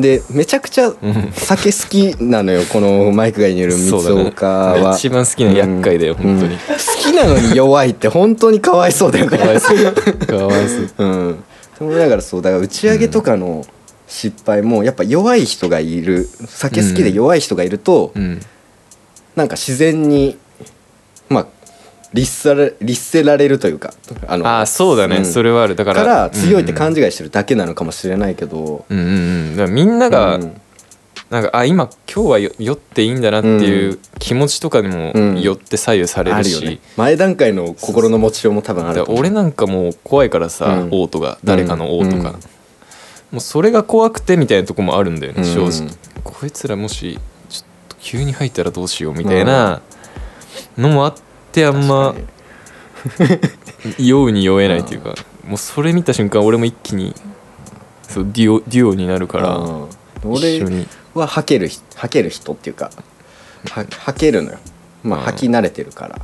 Speaker 2: でめちゃくちゃ
Speaker 1: ん
Speaker 2: 酒好きなのよこのマイク外にいる三
Speaker 1: そうだ
Speaker 2: 岡
Speaker 1: ね
Speaker 2: は、
Speaker 1: 一番好きな厄介だよ、
Speaker 2: うん
Speaker 1: 本当に、
Speaker 2: 好きなのに弱いって本当にかわいそうだよね
Speaker 1: かわいそうかわいそう
Speaker 2: うん、でもだからそうだから打ち上げとかの失敗もやっぱ弱い人がいる酒好きで弱い人がいると、
Speaker 1: うん
Speaker 2: なんか自然にまあ律され律せられるというかあの
Speaker 1: ああそうだね、
Speaker 2: うん
Speaker 1: それはあるだか
Speaker 2: からら強いって勘違いしてるだけなのかもしれないけど、
Speaker 1: うんうんうんだからみんなが、
Speaker 2: うん
Speaker 1: なんかあ今今日はよ酔っていいんだなっていう気持ちとかにも
Speaker 2: うん
Speaker 1: よって左右され
Speaker 2: あ
Speaker 1: る
Speaker 2: る
Speaker 1: し、
Speaker 2: よね前段階の心の持ちようも多分あ
Speaker 1: だ
Speaker 2: る
Speaker 1: か
Speaker 2: と
Speaker 1: ら
Speaker 2: 思う
Speaker 1: 俺なんかもう怖いからさ、
Speaker 2: うん
Speaker 1: オートが誰かのオートが、
Speaker 2: うん
Speaker 1: もうそれが怖くてみたいなとこもあるんだよね、
Speaker 2: うん
Speaker 1: 正直こいつらもしちょっと急に入ったらどうしようみたいなのもあってあんま
Speaker 2: 確か
Speaker 1: 酔うに酔えないっていうか、もうそれ見た瞬間俺も一気にそうデュオデュオになるから、
Speaker 2: うん
Speaker 1: 一緒に
Speaker 2: 俺は吐ける人吐ける人っていうかは吐けるのよまあ
Speaker 1: うん
Speaker 2: 吐き慣れてるから、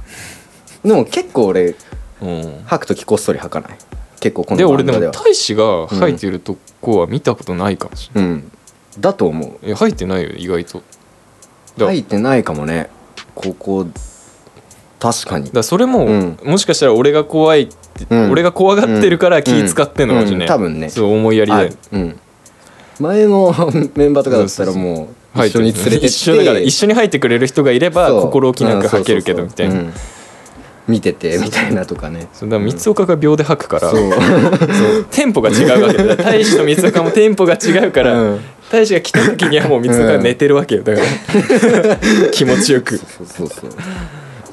Speaker 2: でも結構俺
Speaker 1: うん
Speaker 2: 吐く時こっそり吐かない結構こ
Speaker 1: で
Speaker 2: のバ
Speaker 1: 俺
Speaker 2: ン
Speaker 1: で
Speaker 2: ドで
Speaker 1: も
Speaker 2: は
Speaker 1: 大使が入ってるとこは見たことないかもしれ
Speaker 2: うんだと思う
Speaker 1: ない,、いや入ってないよ意外とだ
Speaker 2: 吐いてないかもねここ確かに
Speaker 1: だからそれも、
Speaker 2: うん
Speaker 1: もしかしたら俺が怖いって、
Speaker 2: うん
Speaker 1: 俺が怖がってるから気使ってんのかもしれない、
Speaker 2: うんうん多分ね
Speaker 1: そう思いやり
Speaker 2: あ
Speaker 1: で
Speaker 2: うん前の メンバーとかだったらもう一緒に連れてって
Speaker 1: 一緒だから一緒に入ってくれる人がいれば
Speaker 2: そう
Speaker 1: 心置きなく吐けるけど
Speaker 2: うん
Speaker 1: みたいな、
Speaker 2: そうそうそううん見ててみたいなとかね
Speaker 1: そうだから三岡が秒で吐くから、
Speaker 2: そう
Speaker 1: そうテンポが違うわけ だ大使と三岡もテンポが違うから、
Speaker 2: うん
Speaker 1: 大使が来た時にはもう三岡が寝てるわけよだから 気持ちよく
Speaker 2: そうそうそう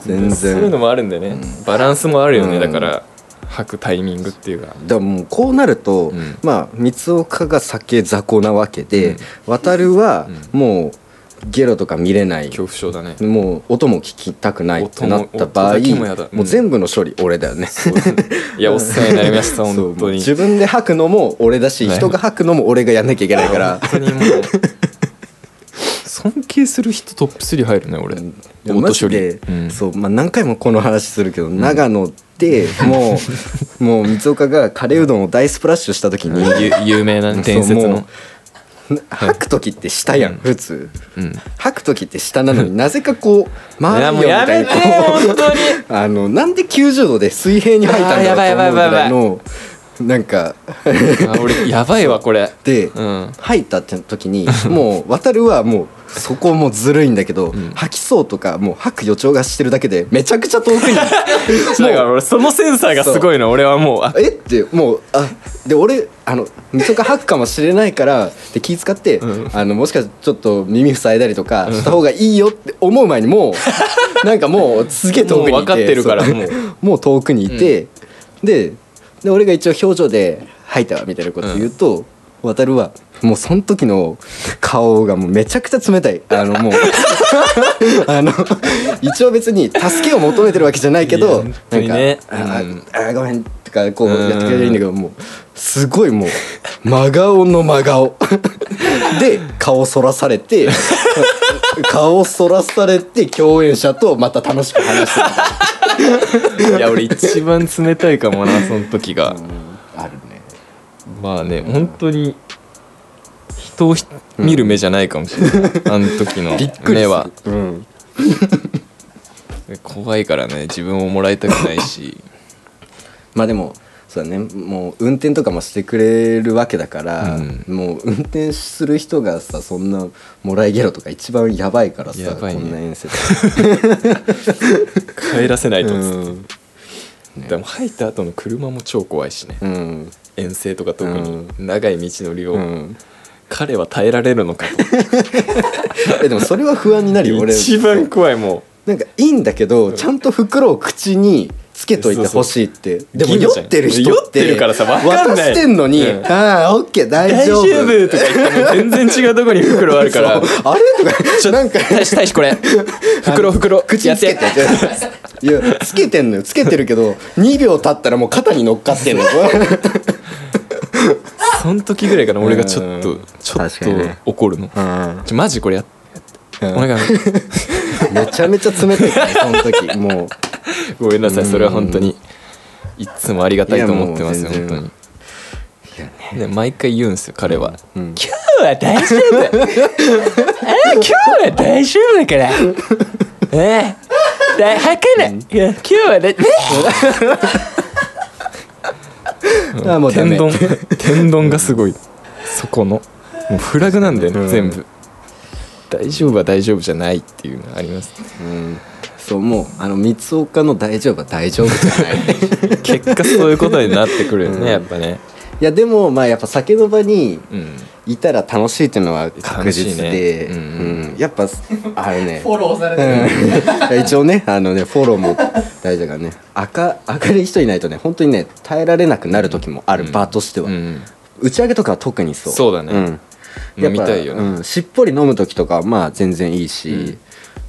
Speaker 2: 全
Speaker 1: そういう
Speaker 2: 然
Speaker 1: の
Speaker 2: だか
Speaker 1: もあるんでね、バランスもあるよね、
Speaker 2: うん
Speaker 1: だから吐くタイミングっていうから
Speaker 2: もうこうなると、
Speaker 1: ん
Speaker 2: まあ三岡が酒雑魚なわけで、渡るはもうゲロとか見れない
Speaker 1: 恐怖症だね
Speaker 2: もう音も聞きたくないってなった場
Speaker 1: 音
Speaker 2: 合
Speaker 1: も音だけもやだうん
Speaker 2: もう全部の処理俺だよね
Speaker 1: いやお世話になりました
Speaker 2: そう
Speaker 1: 本当に
Speaker 2: 自分で吐くのも俺だし
Speaker 1: ね
Speaker 2: 人が吐くのも俺がやんなきゃいけないから
Speaker 1: 本当にもうそ尊敬する人トップ3入るね俺
Speaker 2: いや
Speaker 1: オート
Speaker 2: マ
Speaker 1: 処
Speaker 2: ジ
Speaker 1: 理
Speaker 2: で、
Speaker 1: うん
Speaker 2: そう、まあ、何回もこの話するけど、長野 ってもうもう三岡がカレーうどんを大スプラッシュした時に
Speaker 1: ゆ有名な伝説
Speaker 2: そ
Speaker 1: の
Speaker 2: うもう吐く時って下やん、普通、
Speaker 1: うん
Speaker 2: 吐く時って下なのになぜかこう
Speaker 1: い
Speaker 2: 回る
Speaker 1: や
Speaker 2: よ
Speaker 1: も
Speaker 2: み
Speaker 1: うや
Speaker 2: た
Speaker 1: め
Speaker 2: い
Speaker 1: て
Speaker 2: な
Speaker 1: よ本当に
Speaker 2: あのなんで90度で水平に吐いたんだろうと思うぐらいのなんか
Speaker 1: あ俺やばいわこれ
Speaker 2: で、
Speaker 1: うん
Speaker 2: 吐いたって時にもう渡るはもうそこもずるいんだけど、吐きそうとかもう吐く予兆がしてるだけでめちゃくちゃ遠くに
Speaker 1: だから俺そのセンサーがすごいの俺はもうあ
Speaker 2: えってもうあで俺あのみそか吐くかもしれないからで気遣って、あのもしかしてちょっと耳塞いだりとかした方がいいよって思う前にも うなんかもうすげえ遠くにいて
Speaker 1: もう分かってるから
Speaker 2: そう
Speaker 1: もう
Speaker 2: もう遠くにいて、でで俺が一応表情で「吐いたわ」みたいなこと言うと、渡るはもうその時の顔がもうめちゃくちゃ冷たいあの もうあの一応別に助けを求めてるわけじゃないけど
Speaker 1: いや本当
Speaker 2: なん
Speaker 1: に
Speaker 2: か、
Speaker 1: ね
Speaker 2: あ
Speaker 1: うん
Speaker 2: あーごめんとかこうやってくれるんだけどもうすごいも う真顔の真顔で顔そらされて 顔そらされて共演者とまた楽しく話して る
Speaker 1: いや俺一番冷たいかもなその時が
Speaker 2: あるね
Speaker 1: まあね本当に人をひ見る目じゃないかもしれ ない、あの時の
Speaker 2: びっくりする
Speaker 1: 目は
Speaker 2: うん
Speaker 1: 怖いからね自分をもらいたくないし
Speaker 2: まあでもそうだねもう運転とかもしてくれるわけだから、
Speaker 1: うん
Speaker 2: もう運転する人がさそんなもらいゲロとか一番やばいからさ、
Speaker 1: やばいね
Speaker 2: こんな遠征
Speaker 1: 帰らせないとっつって、
Speaker 2: うん
Speaker 1: でも入った後の車も超怖いしね、
Speaker 2: うん
Speaker 1: 遠征とか特に
Speaker 2: う
Speaker 1: 長い道のりを、
Speaker 2: うん
Speaker 1: 彼は耐えられるのか
Speaker 2: えでもそれは不安にな
Speaker 1: と
Speaker 2: るよ俺
Speaker 1: 一番怖いも
Speaker 2: なんかいいんだけど、ちゃんと袋を口につけといてほしいって
Speaker 1: う
Speaker 2: でも
Speaker 1: 義
Speaker 2: 酔
Speaker 1: 務じゃん
Speaker 2: ってる人って
Speaker 1: 酔ってるからさわかんない
Speaker 2: 渡してんのに「
Speaker 1: うん
Speaker 2: ああオッケ
Speaker 1: う「
Speaker 2: ー大
Speaker 1: 大
Speaker 2: 丈
Speaker 1: 丈
Speaker 2: 夫」
Speaker 1: 夫!」とか言っても全然違うとこに袋あるから
Speaker 2: そうあれとかなんか
Speaker 1: 大し大しこれ袋袋
Speaker 2: 口につけていやつけてんのよつけてるけど2秒経ったらもう肩に乗っかってんのよ
Speaker 1: その時ぐらいかな俺がちょっ
Speaker 2: う
Speaker 1: と
Speaker 2: ん
Speaker 1: ちょっ
Speaker 2: 確かにね
Speaker 1: と怒るの
Speaker 2: うん
Speaker 1: ちょマジこれやっ
Speaker 2: うん
Speaker 1: お願 い
Speaker 2: めちゃめちゃ冷たいからその時もう
Speaker 1: ごめんなさいそれは本当にいつもありがたいと思ってますよ
Speaker 2: いやも
Speaker 1: 本
Speaker 2: う
Speaker 1: 当にね毎回言うんですよ彼は「
Speaker 2: ん
Speaker 1: 今日は大丈夫 ああ今日は大丈夫だ から」ええだ吐かないいや今日はね
Speaker 2: あもうダメ
Speaker 1: 天丼 天丼がすごいそこのもうフラグなんだよね全部大丈夫は大丈夫じゃないっていうのがあります
Speaker 2: そうもうあの三岡の「大丈夫」は大丈夫じゃない
Speaker 1: 結果そういうことになってくるよね、やっぱね、
Speaker 2: いやでもまあやっぱ酒の場に
Speaker 1: うん、
Speaker 2: いたら楽しいっていうのは確実で、
Speaker 1: 楽しいねう
Speaker 2: うんやっぱあれね
Speaker 3: フォローされて
Speaker 2: うん
Speaker 3: る。
Speaker 2: 一応ねあのねフォローも大事だからね赤明るい人いないとね本当にね耐えられなくなる時もある、場としては、
Speaker 1: うん
Speaker 2: 打ち上げとかは特にそう
Speaker 1: そうだね
Speaker 2: んやっぱ
Speaker 1: 飲みたいよね
Speaker 2: うん、しっぽり飲む時とかはまあ全然いいし、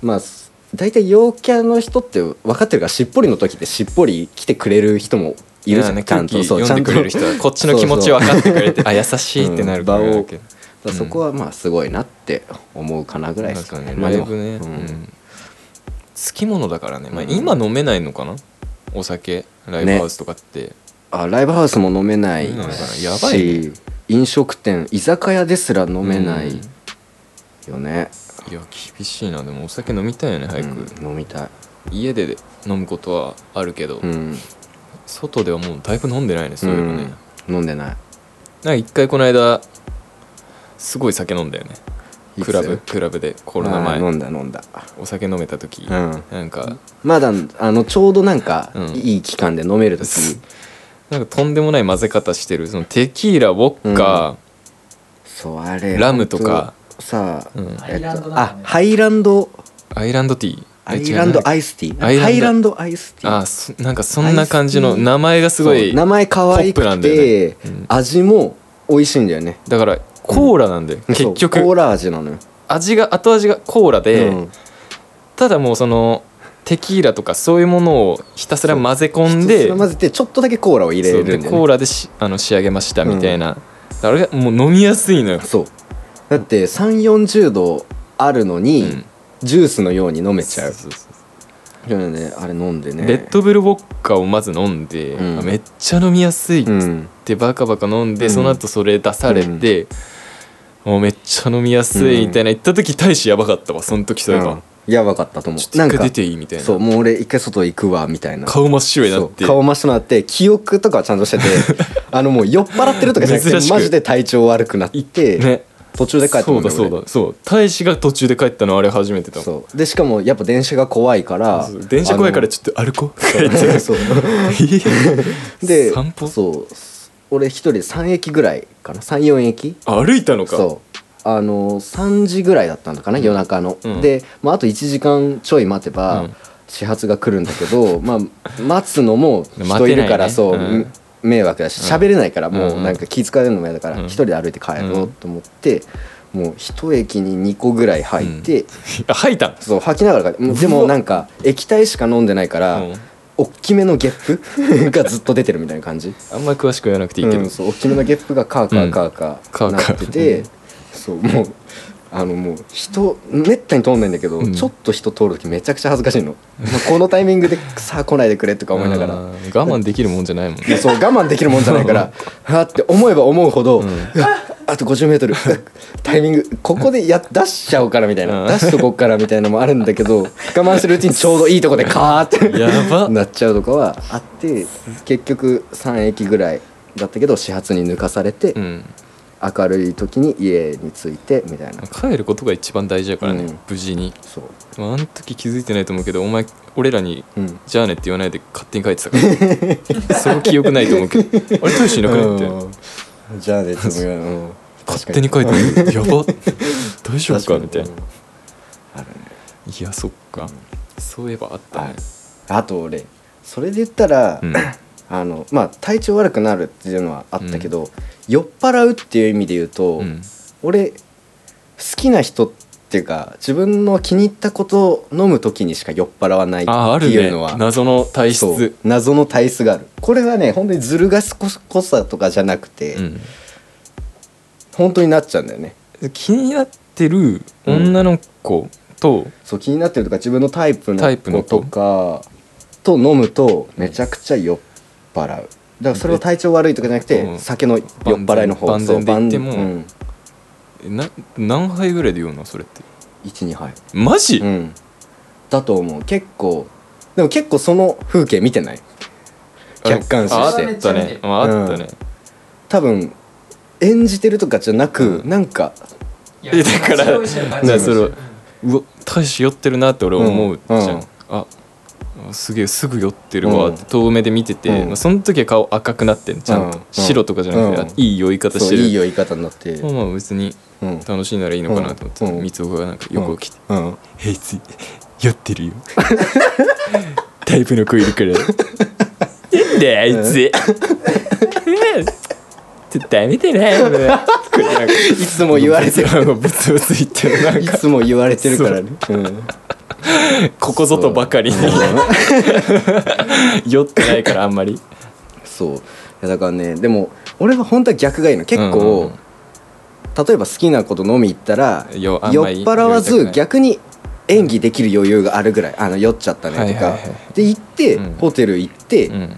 Speaker 2: まあす大体陽キャの人って分かってるからしっぽりの時ってしっぽり来てくれる人もいるじゃん、
Speaker 1: ね
Speaker 2: ちゃんと
Speaker 1: 空気読んでくれる人はこっちの気持ち分かってくれてあ優しいってなる
Speaker 2: 場
Speaker 1: だ
Speaker 2: を
Speaker 1: け
Speaker 2: そこはまあすごいなって思うかなぐら
Speaker 1: な
Speaker 2: いで
Speaker 1: ん
Speaker 2: すか
Speaker 1: か
Speaker 2: ね
Speaker 1: ね
Speaker 2: まあ
Speaker 1: ラ
Speaker 2: で
Speaker 1: イ
Speaker 2: も
Speaker 1: ブね、
Speaker 2: う
Speaker 1: うんん、つきものだからね、まあ、今飲めないのかなお酒ライブハウスとかって、
Speaker 2: あライブハウスも飲めないし、
Speaker 1: 飲めないからやばいね
Speaker 2: 飲食店居酒屋ですら飲めないよね、
Speaker 1: いや厳しいなでもお酒飲みたいよね早く、
Speaker 2: うん飲みたい、
Speaker 1: 家で飲むことはあるけど、
Speaker 2: うん
Speaker 1: 外ではもうだいぶ飲んでないねそういうのね、なん
Speaker 2: うん飲んでない
Speaker 1: か一回この間すごい酒飲んだよね
Speaker 2: いつ
Speaker 1: クラブクラブでコロナ
Speaker 2: あ
Speaker 1: 前
Speaker 2: ー飲んだ飲んだ
Speaker 1: お酒飲めた時、
Speaker 2: ん
Speaker 1: なんか
Speaker 2: まだあのちょうどなんか、
Speaker 1: うん
Speaker 2: いい期間で飲める時
Speaker 1: なんかとんでもない混ぜ方してるそのテキーラウォッカ、
Speaker 2: そうあれ
Speaker 1: ラムとか
Speaker 2: ほんとさ、
Speaker 1: うん
Speaker 2: えっ
Speaker 3: ハイランド
Speaker 2: と
Speaker 3: だ
Speaker 2: あ
Speaker 3: ね
Speaker 2: ハイランド
Speaker 1: アイランドティー
Speaker 2: アイランドア
Speaker 1: イ
Speaker 2: イスティー
Speaker 1: アイランド
Speaker 2: ハイランドアイスティー
Speaker 1: あそなんかそんな感じの名前がすご
Speaker 2: そ
Speaker 1: いう
Speaker 2: 名前可愛
Speaker 1: ポップな
Speaker 2: く
Speaker 1: んだよ
Speaker 2: て、
Speaker 1: ねうん
Speaker 2: 味も美味しいんだよね
Speaker 1: だからコーラなんで、
Speaker 2: そう
Speaker 1: 結
Speaker 2: コー
Speaker 1: 局
Speaker 2: ラ味なのよ、
Speaker 1: 味が後味がコーラで、
Speaker 2: うん
Speaker 1: ただもうそのテキーラとかそういうものをひたすら混ぜ込ん
Speaker 2: そ
Speaker 1: で
Speaker 2: れ混ぜてちょっとだけコーラを入れ
Speaker 1: そ
Speaker 2: る
Speaker 1: うん
Speaker 2: だ
Speaker 1: で
Speaker 2: よね
Speaker 1: コーラでしあの仕上げましたみたいな、あれがもう飲みやすいのよ
Speaker 2: そうだって3 4 0度あるのに、
Speaker 1: うん
Speaker 2: ジュースのように飲めちゃう
Speaker 1: そうそうそう
Speaker 2: だからねあれ飲んでね
Speaker 1: レッドブルウォッカをまず飲んで、
Speaker 2: うん
Speaker 1: あめっちゃ飲みやすいっつってバカバカ飲んで、
Speaker 2: うん
Speaker 1: その後それ出されて、もうめっちゃ飲みやすいみたいな言った時大使やばかったわその時そういえば、
Speaker 2: うんやばかったと思
Speaker 1: ちょっ
Speaker 2: う
Speaker 1: と
Speaker 2: なん
Speaker 1: 一回
Speaker 2: か
Speaker 1: 出ていいみたいな
Speaker 2: そうもう俺一回外行くわみたいな
Speaker 1: 顔真っ白になって
Speaker 2: そう顔真っ白になって記憶とかはちゃんと しててあのもう酔っ払ってるとかじゃなく
Speaker 1: 珍
Speaker 2: て
Speaker 1: しく
Speaker 2: マジで体調悪くなって、
Speaker 1: ね
Speaker 2: 途中で帰って
Speaker 1: そうだそうだそう大使が途中で帰ったのあれ初めてだもん
Speaker 2: そうでしかもやっぱ電車が怖いから
Speaker 1: そう電車怖いからちょっと歩こうとか言って
Speaker 2: あのそうで
Speaker 1: 散歩
Speaker 2: そう俺一人で3駅ぐらいかな34駅
Speaker 1: あ歩いたのか
Speaker 2: そうあの3時ぐらいだったのかな夜中の、
Speaker 1: うん
Speaker 2: で、まあ、あと1時間ちょい待てば、
Speaker 1: うん
Speaker 2: 始発が来るんだけど、まあ、待つのも人いるか
Speaker 1: 待てな
Speaker 2: ら、
Speaker 1: いね
Speaker 2: そう、
Speaker 1: うん
Speaker 2: め迷惑だし喋れないから、も
Speaker 1: んう
Speaker 2: うんなんか気使うのも嫌だから
Speaker 1: うん
Speaker 2: 一、人で歩いて帰ろうと思って、もう一駅に2個ぐらい入って、
Speaker 1: あ吐いたの
Speaker 2: そう吐きながら帰ってもうでもなんか液体しか飲んでないから、
Speaker 1: うん
Speaker 2: おっきめのゲ ップがずっと出てるみたいな感じ。
Speaker 1: あんまり詳しく言わなくていいけど、
Speaker 2: うん、そう大きめのゲップがカーカ
Speaker 1: う
Speaker 2: ー
Speaker 1: ん
Speaker 2: カーカ
Speaker 1: カ
Speaker 2: ー
Speaker 1: ー
Speaker 2: な
Speaker 1: カー
Speaker 2: ってて、そうもうあのもう人めったに通んないんだけど、
Speaker 1: うん
Speaker 2: ちょっと人通る時めちゃくちゃ恥ずかしいの、まあ、このタイミングでさあ来ないでくれとか思いなが
Speaker 1: あ
Speaker 2: ら。
Speaker 1: ー我慢できるもんじゃないもんね
Speaker 2: そう我慢できるもんじゃないからあって思えば思うほど、
Speaker 1: ん
Speaker 2: うわあと 50m タイミングここでや出しちゃおうからみたいな、
Speaker 1: うん
Speaker 2: 出しとこうからみたいなのもあるんだけど我慢するうちにちょうどいいとこでカーって
Speaker 1: やば
Speaker 2: なっちゃうとかはあって結局3駅ぐらいだったけど始発に抜かされて、
Speaker 1: うん
Speaker 2: 明るい時に家に着いてみたいな
Speaker 1: 帰ることが一番大事だからね、
Speaker 2: うん
Speaker 1: 無事に、
Speaker 2: そう
Speaker 1: まあ、あの時気づいてないと思うけどお前俺らに
Speaker 2: うん
Speaker 1: 「じゃあね」って言わないで勝手に帰ってたから その記憶ないと思うけ どあれ大使いなくないって
Speaker 2: うんじゃあねつむうん
Speaker 1: 勝手に帰ってたやば大丈夫
Speaker 2: 確
Speaker 1: か
Speaker 2: かに
Speaker 1: みたいな
Speaker 2: うん
Speaker 1: いやそっかそういえばあった
Speaker 2: あ
Speaker 1: ね
Speaker 2: あと俺それで言ったら、
Speaker 1: うん
Speaker 2: あのまあ体調悪くなるっていうのはあったけど、酔っ払うっていう意味で言うと、
Speaker 1: うん
Speaker 2: 俺好きな人っていうか自分の気に入ったことを飲む時にしか酔っ払わないっ
Speaker 1: あーあ
Speaker 2: て
Speaker 1: る
Speaker 2: い
Speaker 1: ね
Speaker 2: うのは
Speaker 1: 謎の体
Speaker 2: そう
Speaker 1: 質
Speaker 2: 謎の体質があるこれはね本当にずる賢さとかじゃなくて、
Speaker 1: うん
Speaker 2: 本当になっちゃうんだよね
Speaker 1: 気になってる女の子と、
Speaker 2: そう気になってるとか自分のタイプ
Speaker 1: タイ
Speaker 2: の
Speaker 1: プの
Speaker 2: 子
Speaker 1: 子
Speaker 2: とかと飲むとめちゃくちゃ酔っ払うだからそれは体調悪いとかじゃなくて、
Speaker 1: うん
Speaker 2: 酒の酔っ払いの方
Speaker 1: 万全万全で言っても
Speaker 2: そう万
Speaker 1: えな何杯ぐらいで言うのそれって
Speaker 2: うん、12杯、
Speaker 1: マジ、
Speaker 2: うん、だと思う結構でも結構その風景見てない客観視
Speaker 1: ああ
Speaker 2: して
Speaker 1: ったねああったね、
Speaker 2: 多分演じてるとかじゃなく、
Speaker 1: うん
Speaker 2: なんか
Speaker 3: い
Speaker 1: えだから
Speaker 2: ね
Speaker 3: ね
Speaker 2: そ
Speaker 1: れはうわ大使酔ってるなって俺思うじゃん、
Speaker 2: うん
Speaker 1: ああすげえすぐ酔ってるわ
Speaker 2: うん
Speaker 1: って遠目で見てて、
Speaker 2: うん
Speaker 1: まあ、その時は顔赤くなってんちゃんと、
Speaker 2: うん
Speaker 1: 白とかじゃなくて、
Speaker 2: うん
Speaker 1: あいい酔い方
Speaker 2: そ
Speaker 1: し
Speaker 2: う
Speaker 1: てる
Speaker 2: いい酔い方になって、
Speaker 1: まあまあ別に
Speaker 2: うん
Speaker 1: 楽しいならいいのかなと思って、
Speaker 2: うん
Speaker 1: 三つ男がなんか横を来て
Speaker 2: うん、
Speaker 1: 「平、つい酔ってるよタイプの子いるから」なんであいつ、うんちょっとダメだなもうこれなんか
Speaker 2: いつも言われてる
Speaker 1: なんかブツブツ言ってるなん
Speaker 2: い
Speaker 1: か
Speaker 2: つも言われてるからね、うん
Speaker 1: ここぞとばかりに酔ってないからあんまり
Speaker 2: そういやだからねでも俺は本当は逆がいいの結構、
Speaker 1: うんうん
Speaker 2: 例えば好きなこと飲み行ったら酔
Speaker 1: よ
Speaker 2: っ
Speaker 1: あんまり
Speaker 2: 払
Speaker 1: 酔
Speaker 2: わ
Speaker 1: いたく
Speaker 2: ず
Speaker 1: ない
Speaker 2: 逆に演技できる余裕があるぐらいあの酔っちゃったねとか、
Speaker 1: はいはいはい
Speaker 2: で行って、
Speaker 1: うん
Speaker 2: ホテル行って、
Speaker 1: うん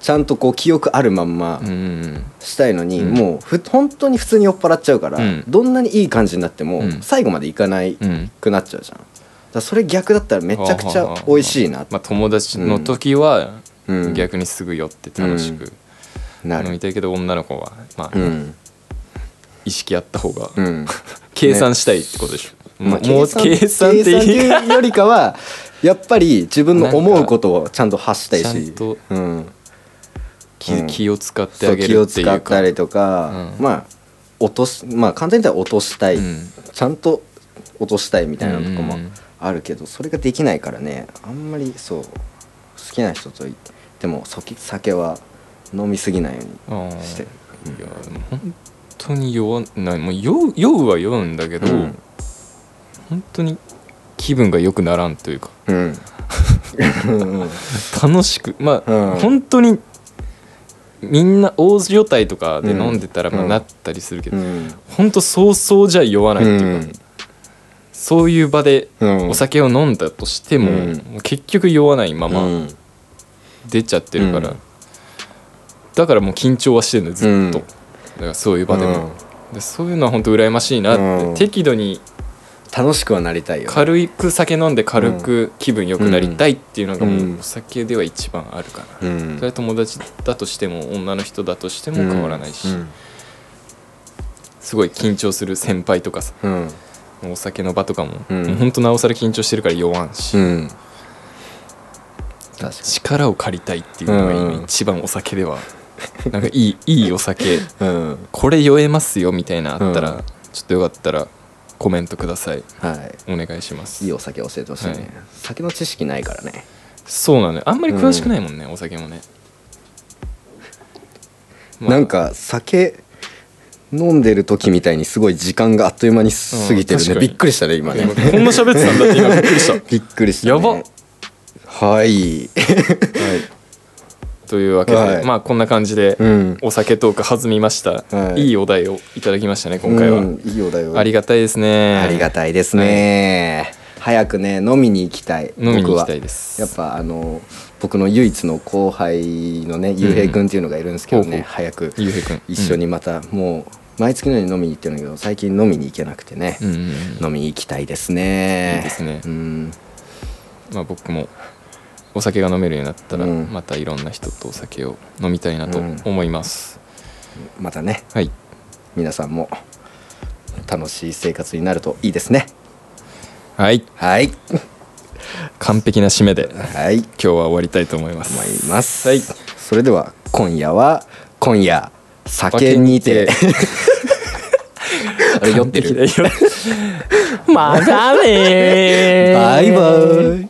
Speaker 2: ちゃんとこう記憶あるまんま
Speaker 1: うんうん
Speaker 2: したいのに、
Speaker 1: うん
Speaker 2: もうふ本当に普通に酔っ払っちゃうから、
Speaker 1: うん
Speaker 2: どんなにいい感じになっても、
Speaker 1: うん
Speaker 2: 最後まで行かない
Speaker 1: うん
Speaker 2: くなっちゃうじゃんだからそれ逆だったらめちゃくちゃ美味しいなって
Speaker 1: まあ友達の時は
Speaker 2: うん
Speaker 1: 逆にすぐ酔って楽しく
Speaker 2: な
Speaker 1: 飲み
Speaker 2: る
Speaker 1: たいけど女の子はま
Speaker 2: う
Speaker 1: あ
Speaker 2: ん
Speaker 1: 意識あった方が
Speaker 2: うん
Speaker 1: 計算したいってことでしょ
Speaker 2: まあ
Speaker 1: もう計算って
Speaker 2: 計算って
Speaker 1: いう
Speaker 2: いうよりかはやっぱり自分の思うことをちゃんと発したい
Speaker 1: な
Speaker 2: し
Speaker 1: んかちゃんと
Speaker 2: うん、
Speaker 1: 気気を使って
Speaker 2: そ
Speaker 1: あ
Speaker 2: う
Speaker 1: げ
Speaker 2: 気
Speaker 1: る
Speaker 2: を
Speaker 1: って
Speaker 2: 使
Speaker 1: いう
Speaker 2: った
Speaker 1: か
Speaker 2: りとか、
Speaker 1: うん
Speaker 2: まあ落とすまあ簡単に言ったら落としたい、
Speaker 1: うん
Speaker 2: ちゃんと落としたいみたいなとこ
Speaker 1: う
Speaker 2: も
Speaker 1: んうんうん
Speaker 2: あるけどそれができないからねあんまりそう好きな人といでもそき酒は飲みすぎないよう
Speaker 1: あ
Speaker 2: にして
Speaker 1: ーいやでも本当に酔わないもう酔う酔うは酔うんだけど
Speaker 2: うん
Speaker 1: 本当に気分が良くならんというか
Speaker 2: うんうん
Speaker 1: 楽しくまあ、
Speaker 2: うん
Speaker 1: 本当にみんな大所帯とかで飲んでたら
Speaker 2: うん
Speaker 1: まあ
Speaker 2: うん
Speaker 1: なったりするけ
Speaker 2: う
Speaker 1: ど、
Speaker 2: ん
Speaker 1: 本当そうそうじゃ酔わないっていうか、そういう場で
Speaker 2: うん
Speaker 1: お酒を飲んだとしても,、
Speaker 2: うん
Speaker 1: もう結局酔わないま
Speaker 2: う
Speaker 1: ま
Speaker 2: ん
Speaker 1: 出ちゃってるから、
Speaker 2: うん
Speaker 1: だからもう緊張はしてるのよずっと、
Speaker 2: うん
Speaker 1: だからそういう場でも、でそういうのは本当羨ましいなって、
Speaker 2: うん
Speaker 1: 適度に
Speaker 2: 楽しくはなりたいよね
Speaker 1: 軽く酒飲んで軽く気分良くなりたいっていうのがも
Speaker 2: う
Speaker 1: うんお酒では一番あるかな、
Speaker 2: うん
Speaker 1: それは友達だとしても女の人だとしても変わらないし、
Speaker 2: うん
Speaker 1: すごい緊張する先輩とかさ
Speaker 2: うん
Speaker 1: お酒の場とかも,、
Speaker 2: うん
Speaker 1: もうほんとなおさら緊張してるから酔わんし、
Speaker 2: うん確か
Speaker 1: 力を借りたいっていうのが
Speaker 2: うん
Speaker 1: 今一番お酒ではなんかいいいいお酒
Speaker 2: にうん
Speaker 1: これ酔えますよみたいなあったら、
Speaker 2: うん
Speaker 1: ちょっとよかったらコメントください
Speaker 2: は
Speaker 1: お願いします
Speaker 2: いいいお酒教えてほしい
Speaker 1: はい
Speaker 2: ね酒の知識ないからね
Speaker 1: そうなのよあんまり詳しくないもんね、お酒 もね、まあ
Speaker 2: なんか酒飲んでる時みたいにすごい時間があっという間に過ぎてる
Speaker 1: うん確か
Speaker 2: ね
Speaker 1: に
Speaker 2: びっくりしたね今ね
Speaker 1: 今こんな喋ってたんだ って今びっくりしたは
Speaker 2: びっくりしたね
Speaker 1: やば
Speaker 2: はい
Speaker 1: いというわけで、
Speaker 2: はい
Speaker 1: まあこんな感じで、
Speaker 2: うん
Speaker 1: お酒トーク弾みました、
Speaker 2: はい
Speaker 1: い、いお題をいただきましたね今回は、
Speaker 2: うんいいお題を
Speaker 1: ありがたいですね
Speaker 2: ありがたいですね早くね飲みに行きたい
Speaker 1: 飲みに行きたい
Speaker 2: 僕は
Speaker 1: です
Speaker 2: やっぱあの僕の唯一の後輩のねゆうへいくんっていうのがいるんですけど
Speaker 1: ほう
Speaker 2: ね
Speaker 1: ほう
Speaker 2: 早く
Speaker 1: ゆうへいくん
Speaker 2: 一緒にまたもう毎月のように飲みに行ってるんだけど最近飲みに行けなくてね
Speaker 1: うんうんうん
Speaker 2: 飲みに行きたいですね
Speaker 1: いいですね
Speaker 2: うん
Speaker 1: まあ、僕もお酒が飲めるようになったら、
Speaker 2: うん
Speaker 1: またいろんな人とお酒を飲みたいなと
Speaker 2: うん
Speaker 1: 思います、
Speaker 2: またね
Speaker 1: はい
Speaker 2: 皆さんも楽しい生活になるといいですね
Speaker 1: はい
Speaker 2: はい
Speaker 1: 完璧な締めで今
Speaker 2: はい
Speaker 1: 日は終わりたいと思います
Speaker 2: 思います、
Speaker 1: はい
Speaker 2: それでは今夜は今夜酒にて
Speaker 1: 酒
Speaker 2: あれ酔ってる
Speaker 1: 完璧だよまたねー
Speaker 2: バイバイ